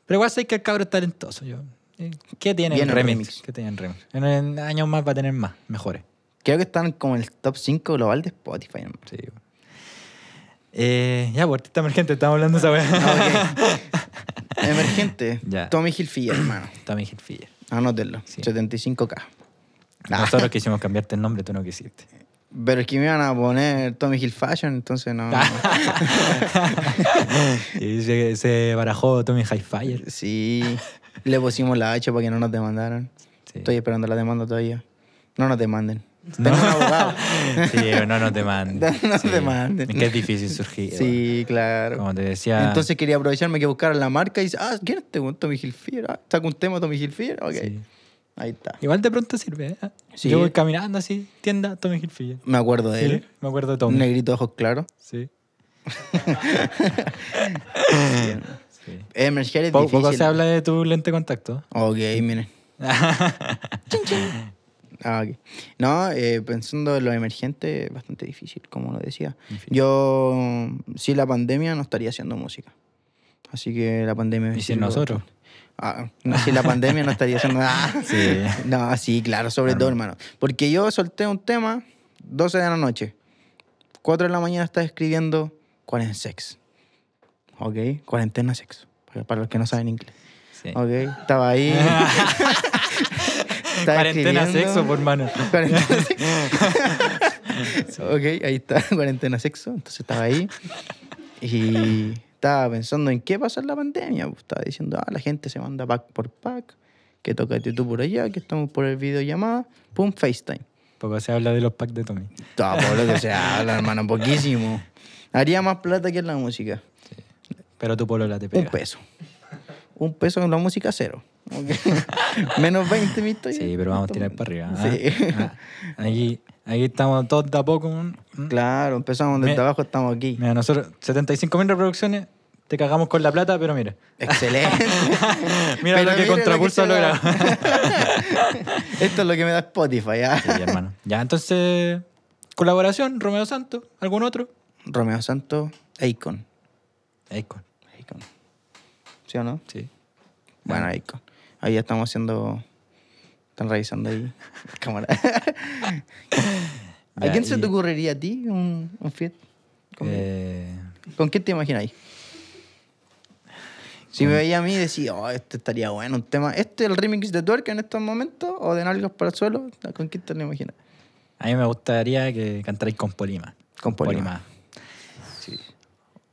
Speaker 1: Pero igual sé que el cabro es talentoso. Yo. Eh, ¿Qué tiene
Speaker 3: Viene
Speaker 1: en
Speaker 3: el
Speaker 1: remix?
Speaker 3: remix.
Speaker 1: ¿Qué tiene en remix? En, en años más va a tener más, mejores.
Speaker 3: Creo que están como en el top 5 global de Spotify, man.
Speaker 1: Sí. Eh, ya, por artista emergente, estamos hablando de esa
Speaker 3: Ah,
Speaker 1: weá.
Speaker 3: Emergente.
Speaker 1: Ya.
Speaker 3: Tommy Hilfiger, hermano.
Speaker 1: Tommy Hilfiger.
Speaker 3: Anótenlo.
Speaker 1: Sí.
Speaker 3: 75K. Ah.
Speaker 1: Nosotros quisimos cambiarte el nombre, tú no quisiste.
Speaker 3: Pero es que me iban a poner Tommy Hill Fashion, entonces no.
Speaker 1: Y se, se barajó Tommy Highfire.
Speaker 3: sí. Le pusimos la H para que no nos demandaran.
Speaker 1: Sí.
Speaker 3: Estoy esperando la demanda todavía. No nos demanden. Tengo un abogado.
Speaker 1: Sí, pero no nos demanden.
Speaker 3: No nos
Speaker 1: Sí.
Speaker 3: demanden.
Speaker 1: Es que es difícil surgir.
Speaker 3: Sí,
Speaker 1: bueno.
Speaker 3: claro.
Speaker 1: Como te decía.
Speaker 3: Entonces quería aprovecharme que buscaran la marca y dice, ah, ¿quién es este? weón? Tommy Hilfiger. Ah, saca un tema Tommy Hilfiger. Ok.
Speaker 1: sí.
Speaker 3: Ahí está.
Speaker 1: Igual de pronto sirve. ¿eh?
Speaker 3: Sí.
Speaker 1: Yo voy caminando así, tienda Tommy Hilfiger.
Speaker 3: Me acuerdo de
Speaker 1: Sí,
Speaker 3: él.
Speaker 1: me acuerdo de
Speaker 3: Un
Speaker 1: Tommy.
Speaker 3: negrito de ojos claros.
Speaker 1: Sí. sí.
Speaker 3: Emerger es
Speaker 1: Po-
Speaker 3: difícil.
Speaker 1: Poco se habla de tu lente de contacto.
Speaker 3: Ok, miren. Chin, chin. Ah, ok. No, eh, pensando en lo emergente, bastante difícil, como lo decía. Yo, si la pandemia, no estaría haciendo música. Así que la pandemia... me
Speaker 1: Y sin
Speaker 3: sirvió
Speaker 1: nosotros.
Speaker 3: Ah, no, si la pandemia no estaría haciendo nada.
Speaker 1: Sí. Ah,
Speaker 3: No, sí, claro, sobre todo, hermano. Porque yo solté un tema 12 de la noche. 4 de la mañana estaba escribiendo cuarentena sex. ¿Ok? Cuarentena sexo. Para- Para los que no saben inglés.
Speaker 1: Sí.
Speaker 3: ¿Ok? Estaba ahí. Estaba
Speaker 1: Cuarentena
Speaker 3: escribiendo.
Speaker 1: sexo, por mano.
Speaker 3: Cuarentena sexo. ok, ahí está. Cuarentena sexo. Entonces estaba ahí. Y estaba pensando en qué pasa en la pandemia. pues, Estaba diciendo, ah, la gente se manda pack por pack, que tócate tú por allá, que estamos por el videollamada, pum, FaceTime.
Speaker 1: Poco se habla de los packs de Tommy.
Speaker 3: Todo por lo que se habla, hermano, poquísimo. Haría más plata que en la música.
Speaker 1: Pero tu polola te
Speaker 3: Un
Speaker 1: pega.
Speaker 3: peso. Un peso en la música, cero. Ok. Menos 20 mil
Speaker 1: Sí, pero vamos a tirar para arriba. ¿ah?
Speaker 3: Sí.
Speaker 1: Ah, Aquí, aquí estamos todos de a poco. mm, mm.
Speaker 3: Claro, empezamos desde
Speaker 1: Me-
Speaker 3: abajo, estamos aquí.
Speaker 1: Mira, nosotros 75.000 reproducciones, te cagamos con la plata, pero mira.
Speaker 3: Excelente.
Speaker 1: Mira lo
Speaker 3: Pero
Speaker 1: que
Speaker 3: mira
Speaker 1: contrapulso
Speaker 3: se da.
Speaker 1: logramos.
Speaker 3: Esto es lo que me da Spotify, ¿ah?
Speaker 1: Sí, hermano. Ya, entonces, colaboración, Romeo Santos, algún otro.
Speaker 3: Romeo Santos, Akon.
Speaker 1: Icon,
Speaker 3: Akon. ¿Sí o no?
Speaker 1: sí.
Speaker 3: Bueno, Akon. Ahí ya estamos haciendo. Están revisando ahí. Cámara. ¿A
Speaker 1: Ya,
Speaker 3: quién se
Speaker 1: y-
Speaker 3: te ocurriría a ti un, un fit? ¿Con,
Speaker 1: Eh,
Speaker 3: con quién te imaginas ahí? Si me veía a mí decía, oh, este estaría bueno, un tema. ¿Este es el remix de Twerk en estos momentos? ¿O de Nalgas para el suelo? ¿Con quién te lo imaginas?
Speaker 1: a mí me gustaría que cantarais con Polima.
Speaker 3: Con Polima.
Speaker 1: Sí.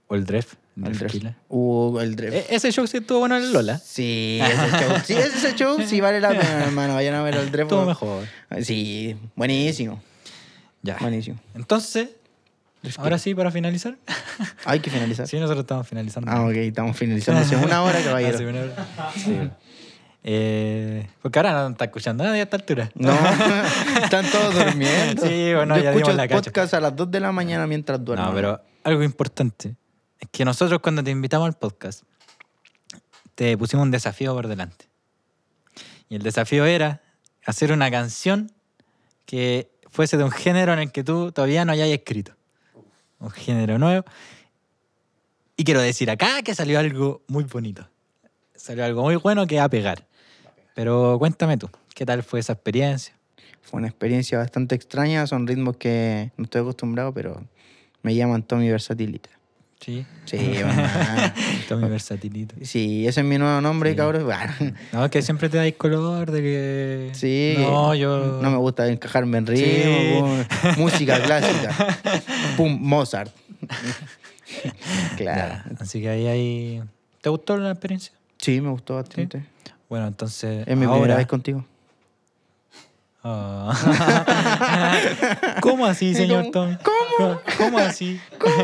Speaker 1: O el Dref. el
Speaker 3: El
Speaker 1: Dref
Speaker 3: Dref.
Speaker 1: Kila.
Speaker 3: Uh, el Dref.
Speaker 1: E- ese show sí estuvo bueno en el Lola.
Speaker 3: Sí, ese show. Sí, ese show sí vale la pena, hermano. Vayan a ver el Dref.
Speaker 1: Estuvo mejor. Ah.
Speaker 3: Sí, buenísimo.
Speaker 1: Ya.
Speaker 3: Buenísimo.
Speaker 1: Entonces, ahora sí, para finalizar.
Speaker 3: Hay que finalizar.
Speaker 1: Sí, nosotros estamos finalizando.
Speaker 3: Ah, ok, estamos finalizando. Hace una hora, caballero.
Speaker 1: Hace una hora. Sí. Eh, porque ahora no está escuchando nadie a esta altura.
Speaker 3: No, están todos durmiendo.
Speaker 1: Sí, bueno,
Speaker 3: Yo
Speaker 1: ya
Speaker 3: escucho
Speaker 1: dimos la
Speaker 3: el
Speaker 1: cacha.
Speaker 3: podcast a las 2 de la mañana mientras duermo.
Speaker 1: No, pero algo importante es que nosotros cuando te invitamos al podcast te pusimos un desafío por delante. Y el desafío era hacer una canción que fuese de un género en el que tú todavía no hayas escrito. Un género nuevo. Y quiero decir acá que salió algo muy bonito. Salió algo muy bueno que va a pegar. Pero cuéntame tú, ¿qué tal fue esa experiencia?
Speaker 3: Fue una experiencia bastante extraña. Son ritmos que no estoy acostumbrado, pero me llaman Tommy Versatilita.
Speaker 1: Sí.
Speaker 3: Sí, hermano.
Speaker 1: Tommy Versatilito.
Speaker 3: Sí, ese es mi nuevo nombre,
Speaker 1: Sí.
Speaker 3: cabrón.
Speaker 1: No, que siempre te dais color de que...
Speaker 3: Sí.
Speaker 1: No, yo...
Speaker 3: No me gusta encajarme en
Speaker 1: Sí.
Speaker 3: ritmo. pum, Música clásica. Pum, Mozart. claro.
Speaker 1: Ya, así que ahí hay... ¿Te gustó la experiencia?
Speaker 3: Sí, me gustó bastante.
Speaker 1: Bueno, entonces...
Speaker 3: Es mi
Speaker 1: ahora...
Speaker 3: primera vez contigo.
Speaker 1: Ah. ¿Cómo así, señor
Speaker 3: ¿Cómo?
Speaker 1: Tommy? ¿Cómo? ¿Cómo así?
Speaker 3: ¿Cómo?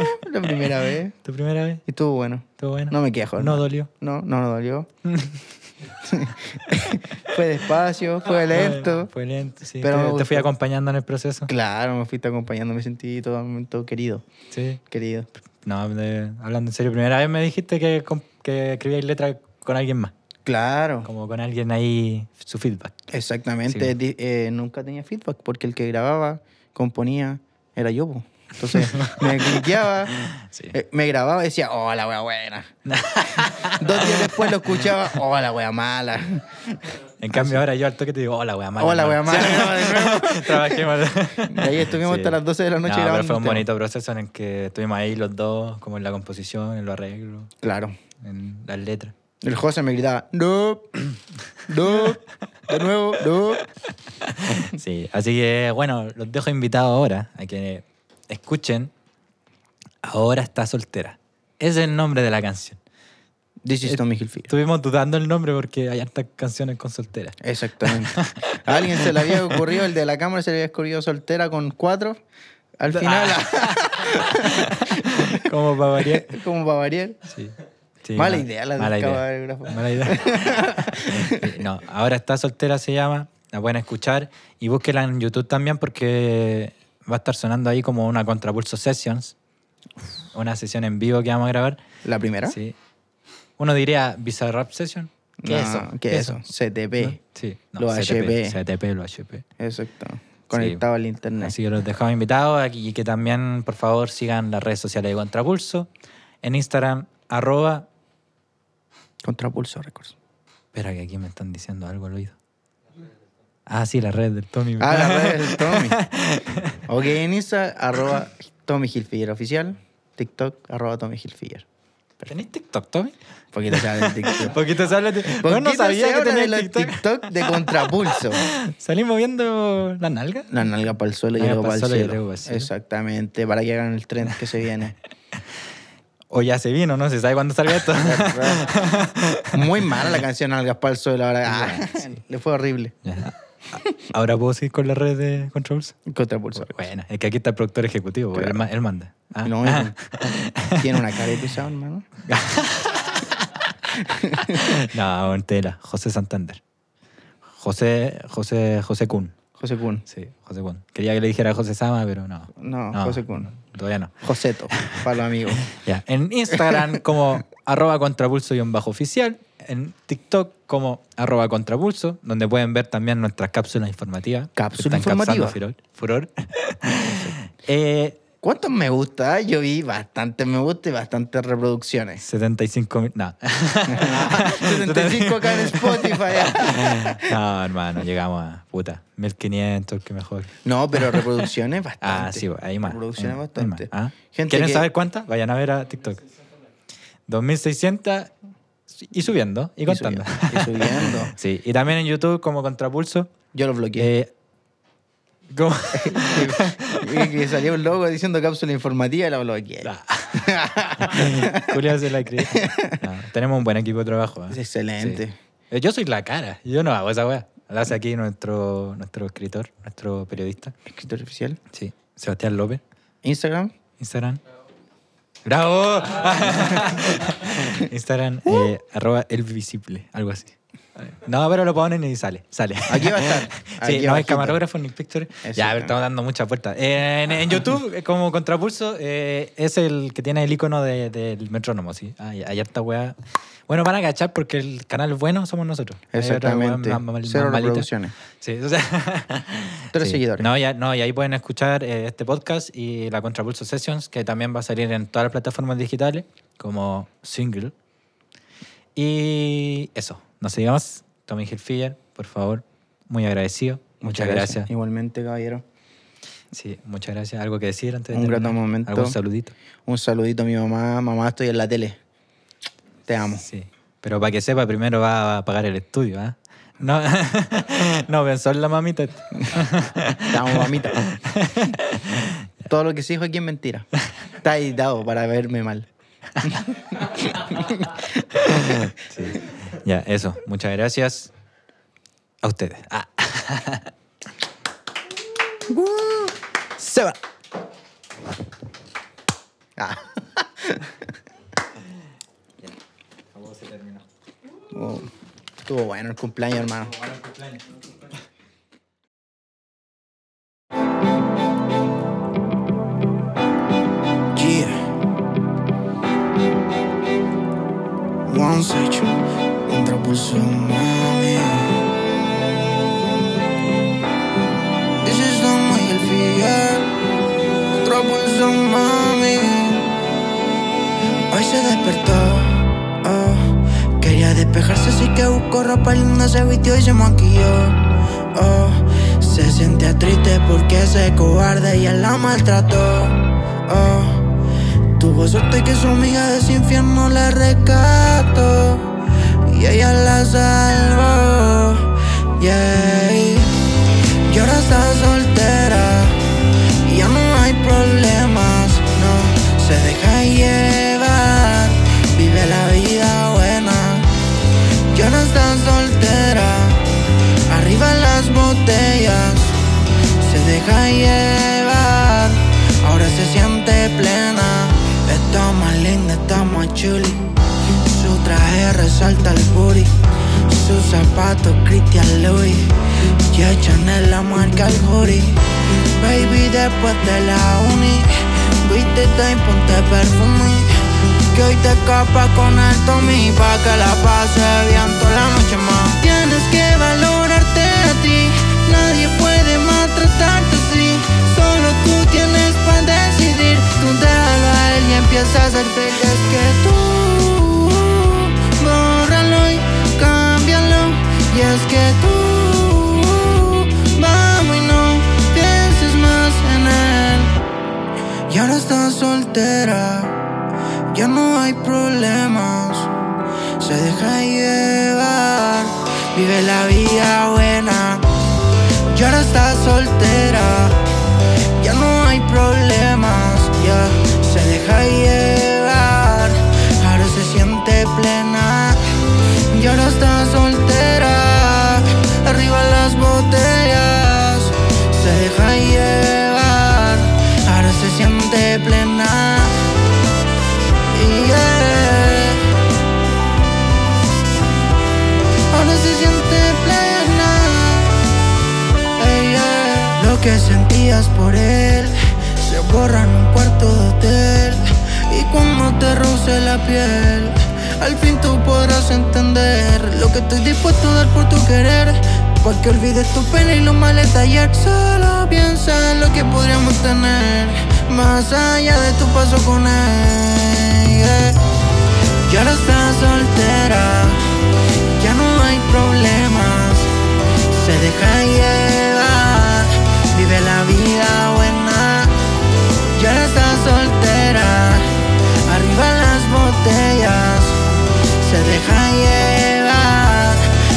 Speaker 3: La primera vez.
Speaker 1: ¿Tu primera vez?
Speaker 3: Y estuvo bueno.
Speaker 1: ¿Todo bueno?
Speaker 3: No me quejo.
Speaker 1: No
Speaker 3: hermano.
Speaker 1: dolió.
Speaker 3: No, no, no dolió. fue despacio, fue lento.
Speaker 1: Ah, Fue lento, sí.
Speaker 3: Pero
Speaker 1: Te-
Speaker 3: me
Speaker 1: te, fui
Speaker 3: gustó.
Speaker 1: acompañando en el proceso.
Speaker 3: Claro, me fuiste acompañando, me sentí todo momento querido,
Speaker 1: Sí.
Speaker 3: querido.
Speaker 1: No, de- hablando en serio, primera vez me dijiste que, com- que escribíais letras con alguien más.
Speaker 3: Claro.
Speaker 1: Como con alguien ahí, su feedback.
Speaker 3: Exactamente. Di- eh, nunca tenía feedback porque el que grababa, componía, era yo. po. Entonces me cliqueaba,
Speaker 1: Sí.
Speaker 3: eh, me grababa y decía, oh, la wea buena. Dos días después lo escuchaba, oh, la wea mala.
Speaker 1: En
Speaker 3: Ah,
Speaker 1: cambio, ahora yo al toque te digo, hola, wea mala.
Speaker 3: Oh, la wea
Speaker 1: hermano".
Speaker 3: mala. de nuevo.
Speaker 1: Trabajemos.
Speaker 3: Y ahí estuvimos hasta las 12 de la noche
Speaker 1: No, pero
Speaker 3: grabando
Speaker 1: fue un
Speaker 3: el tema.
Speaker 1: bonito proceso en el que estuvimos ahí los dos, como en la composición, en los arreglos,
Speaker 3: Claro.
Speaker 1: en las letras.
Speaker 3: El José me gritaba, no, no, de nuevo, no.
Speaker 1: Sí, así que bueno, los dejo invitados ahora a que escuchen Ahora está soltera. Ese es el nombre de la canción.
Speaker 3: This is Tommy Hilfiger.
Speaker 1: Estuvimos dudando el nombre porque hay hartas canciones con soltera.
Speaker 3: Exactamente. A alguien se le había ocurrido, el de la cámara se le había ocurrido soltera con cuatro. Al
Speaker 1: Ah.
Speaker 3: final,
Speaker 1: Como para variar.
Speaker 3: como para variar.
Speaker 1: Sí. Sí,
Speaker 3: mala
Speaker 1: ma-
Speaker 3: idea la
Speaker 1: mala
Speaker 3: del
Speaker 1: idea.
Speaker 3: camarógrafo.
Speaker 1: Mala idea. Sí, no, ahora está soltera se llama, la pueden escuchar y búsquela en YouTube también porque va a estar sonando ahí como una contrapulso sessions, una sesión en vivo que vamos a grabar.
Speaker 3: ¿La primera?
Speaker 1: Sí. Uno diría Bizarrap session. ¿Qué
Speaker 3: No,
Speaker 1: es eso?
Speaker 3: ¿Qué es eso?
Speaker 1: ¿No?
Speaker 3: CTP.
Speaker 1: Sí, no,
Speaker 3: Lo
Speaker 1: CTP,
Speaker 3: HP.
Speaker 1: CTP, lo HP.
Speaker 3: Exacto. Conectado al internet.
Speaker 1: Así que los dejamos invitados aquí y que también, por favor, sigan las redes sociales de Contrapulso. En Instagram, arroba.
Speaker 3: Contrapulso Records.
Speaker 1: Espera, que aquí me están diciendo algo al oído. Ah, sí, la red del Tommy.
Speaker 3: Ah, la red del Tommy. ok, en Insta, arroba Tommy Hilfiger oficial. TikTok, arroba Tommy Hilfiger.
Speaker 1: ¿Tenés TikTok, Tommy?
Speaker 3: Poquito se habla de TikTok.
Speaker 1: Poquito sale. Bueno,
Speaker 3: Poquito
Speaker 1: no
Speaker 3: se
Speaker 1: sabía que
Speaker 3: habla de
Speaker 1: tenía
Speaker 3: los
Speaker 1: TikTok.
Speaker 3: TikTok de Contrapulso.
Speaker 1: Salimos viendo la nalga.
Speaker 3: La nalga para el suelo y
Speaker 1: Nalga
Speaker 3: luego
Speaker 1: pa'l
Speaker 3: para el
Speaker 1: suelo y
Speaker 3: cielo.
Speaker 1: luego pa'l cielo.
Speaker 3: Exactamente, para que hagan el tren que se viene.
Speaker 1: O ya se vino, no se sabe cuándo salga esto.
Speaker 3: Muy mala la canción Nalgas para el suelo ahora. Ah, Le fue horrible.
Speaker 1: Ya. Ahora puedo seguir con la red de Controls.
Speaker 3: Contrapulso.
Speaker 1: Bueno, es que aquí está el productor ejecutivo, él, ma- él manda. Ah.
Speaker 3: No, eh. tiene una cara de pisado, hermano.
Speaker 1: No, en tela. José Santander. José, José, José Kun.
Speaker 3: José Kun.
Speaker 1: Sí, José Kun. Quería que le dijera José Sama, pero no.
Speaker 3: No, José Kun.
Speaker 1: Todavía no.
Speaker 3: Joseto, para los amigos.
Speaker 1: Ya. En Instagram como arroba contrapulso y un bajo oficial. En TikTok como arroba contrapulso, donde pueden ver también nuestras cápsulas informativas. que
Speaker 3: Cápsula
Speaker 1: están causando
Speaker 3: informativa.
Speaker 1: Furor. furor. eh,
Speaker 3: ¿Cuántos me gusta? Ah, Yo vi bastante me gusta y bastantes reproducciones.
Speaker 1: 75 mil. No.
Speaker 3: 75 acá en Spotify.
Speaker 1: no, hermano, llegamos a puta. 1500, que mejor.
Speaker 3: No, pero reproducciones bastante.
Speaker 1: Ah, sí, ahí más.
Speaker 3: Reproducciones
Speaker 1: ahí- ahí
Speaker 3: bastante.
Speaker 1: más. Ah,
Speaker 3: Gente
Speaker 1: ¿Quieren
Speaker 3: que-
Speaker 1: saber cuántas? Vayan a ver a TikTok. 2600 y subiendo y
Speaker 3: Y
Speaker 1: contando.
Speaker 3: subiendo, y subiendo.
Speaker 1: sí, y también en YouTube como Contrapulso.
Speaker 3: Yo lo bloqueé.
Speaker 1: Eh, como-
Speaker 3: Y que salió un logo diciendo cápsula informativa y la bloqueé.
Speaker 1: Julio se la cree. No, tenemos un buen equipo de trabajo. ¿eh?
Speaker 3: Es excelente.
Speaker 1: Sí. Eh, Yo soy la cara, yo no hago esa weá. La hace aquí nuestro, nuestro escritor, nuestro periodista.
Speaker 3: Escritor oficial.
Speaker 1: Sí, Sebastián López,
Speaker 3: Instagram.
Speaker 1: Instagram. ¡Bravo! Instagram, eh, arroba el visible, algo así. No, pero lo ponen y sale, sale.
Speaker 3: Aquí va a estar.
Speaker 1: Sí,
Speaker 3: Aquí
Speaker 1: no hay
Speaker 3: abajito.
Speaker 1: camarógrafo ni picture. Ya, a ver, estamos dando muchas vueltas. Eh, en, en YouTube, eh, como contrapulso, eh, es el que tiene el icono de- del metrónomo, sí. Ay, hay harta weá. Bueno, van a cachar porque el canal bueno somos nosotros. Hay otra
Speaker 3: Exactamente.
Speaker 1: weá más- más-
Speaker 3: Cero
Speaker 1: más malita.
Speaker 3: reproducciones.
Speaker 1: Sí, o sea,
Speaker 3: Tres
Speaker 1: sí.
Speaker 3: seguidores.
Speaker 1: No, ya, no, y ahí pueden escuchar eh, este podcast y la Contrapulso Sessions, que también va a salir en todas las plataformas digitales como single. Y eso, no se diga más. Tommy Hilfiger, por favor, muy agradecido. Muchas, gracias.
Speaker 3: Igualmente, caballero.
Speaker 1: Sí, muchas gracias. ¿Algo que decir antes de
Speaker 3: Un grato
Speaker 1: terminar?
Speaker 3: momento.
Speaker 1: ¿Algún saludito?
Speaker 3: Un saludito a mi mamá. Mamá, estoy en la tele. Te amo.
Speaker 1: Sí. Pero para que sepa, primero va a pagar el estudio, ¿ah? No, no pensó en la mamita.
Speaker 3: Te amo, mamita. Todo lo que se dijo aquí es mentira. Está editado para verme mal.
Speaker 1: Ya, eso. Muchas gracias a ustedes. Ah. Se va.
Speaker 3: Ah. Oh, Estuvo bueno el cumpleaños, hermano.
Speaker 4: Yeah. One Sage, contrapulso. beso, mami. Hoy se despertó. Oh. Quería despejarse, así que buscó ropa linda, se vistió y se maquilló. Oh. Se sentía triste porque ese cobarde y él la maltrató. Oh. Tuvo suerte que su amiga de ese infierno la rescató. Y ella la salvó. Yeah. Y ahora está soltera y ya no hay problemas, no se deja llevar, vive la vida buena. Y ahora está soltera, arriba las botellas, se deja llevar, ahora se siente plena. Está más linda, está más chuli, su traje resalta el booty. Sus zapatos Christian Louis Y Chanel la marca el hoodie Baby, después de la uni Vístete y ponte perfume Que hoy te escapas con el Tommy Pa' que la pase bien toda la noche más Tienes que valorarte a ti Nadie puede maltratarte así Solo tú tienes para decidir Tú déjalo a él y empieza a ser feliz Que tú Bórralo y cámbialo Y es que tú Vamos y no pienses más en él Y ahora estás soltera Ya no hay problemas Se deja llevar Vive la vida buena Y ahora estás soltera ya no hay problemas, ya se deja llevar, ahora se siente plena, y ahora está soltera, arriba las botellas, se deja llevar, ahora se siente plena. yeah. Ahora se siente plena. Ey, yeah. Lo que sentías por él se borra en un cuarto de hotel. Y cuando te roce la piel, al fin tú podrás entender lo que estoy dispuesto a dar por tu querer. Porque olvides tu pena y los males de ayer. Solo piensa en lo que podríamos tener más allá de tu paso con él. yeah. Y ahora estás soltera, ya no hay problemas se deja llevar, vive la vida buena. Y ahora está soltera, arriba las botellas, se deja llevar,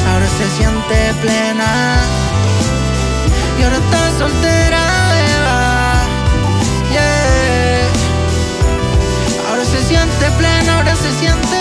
Speaker 4: ahora se siente plena. Y ahora está soltera. yeah. Ahora se siente plena, ahora se siente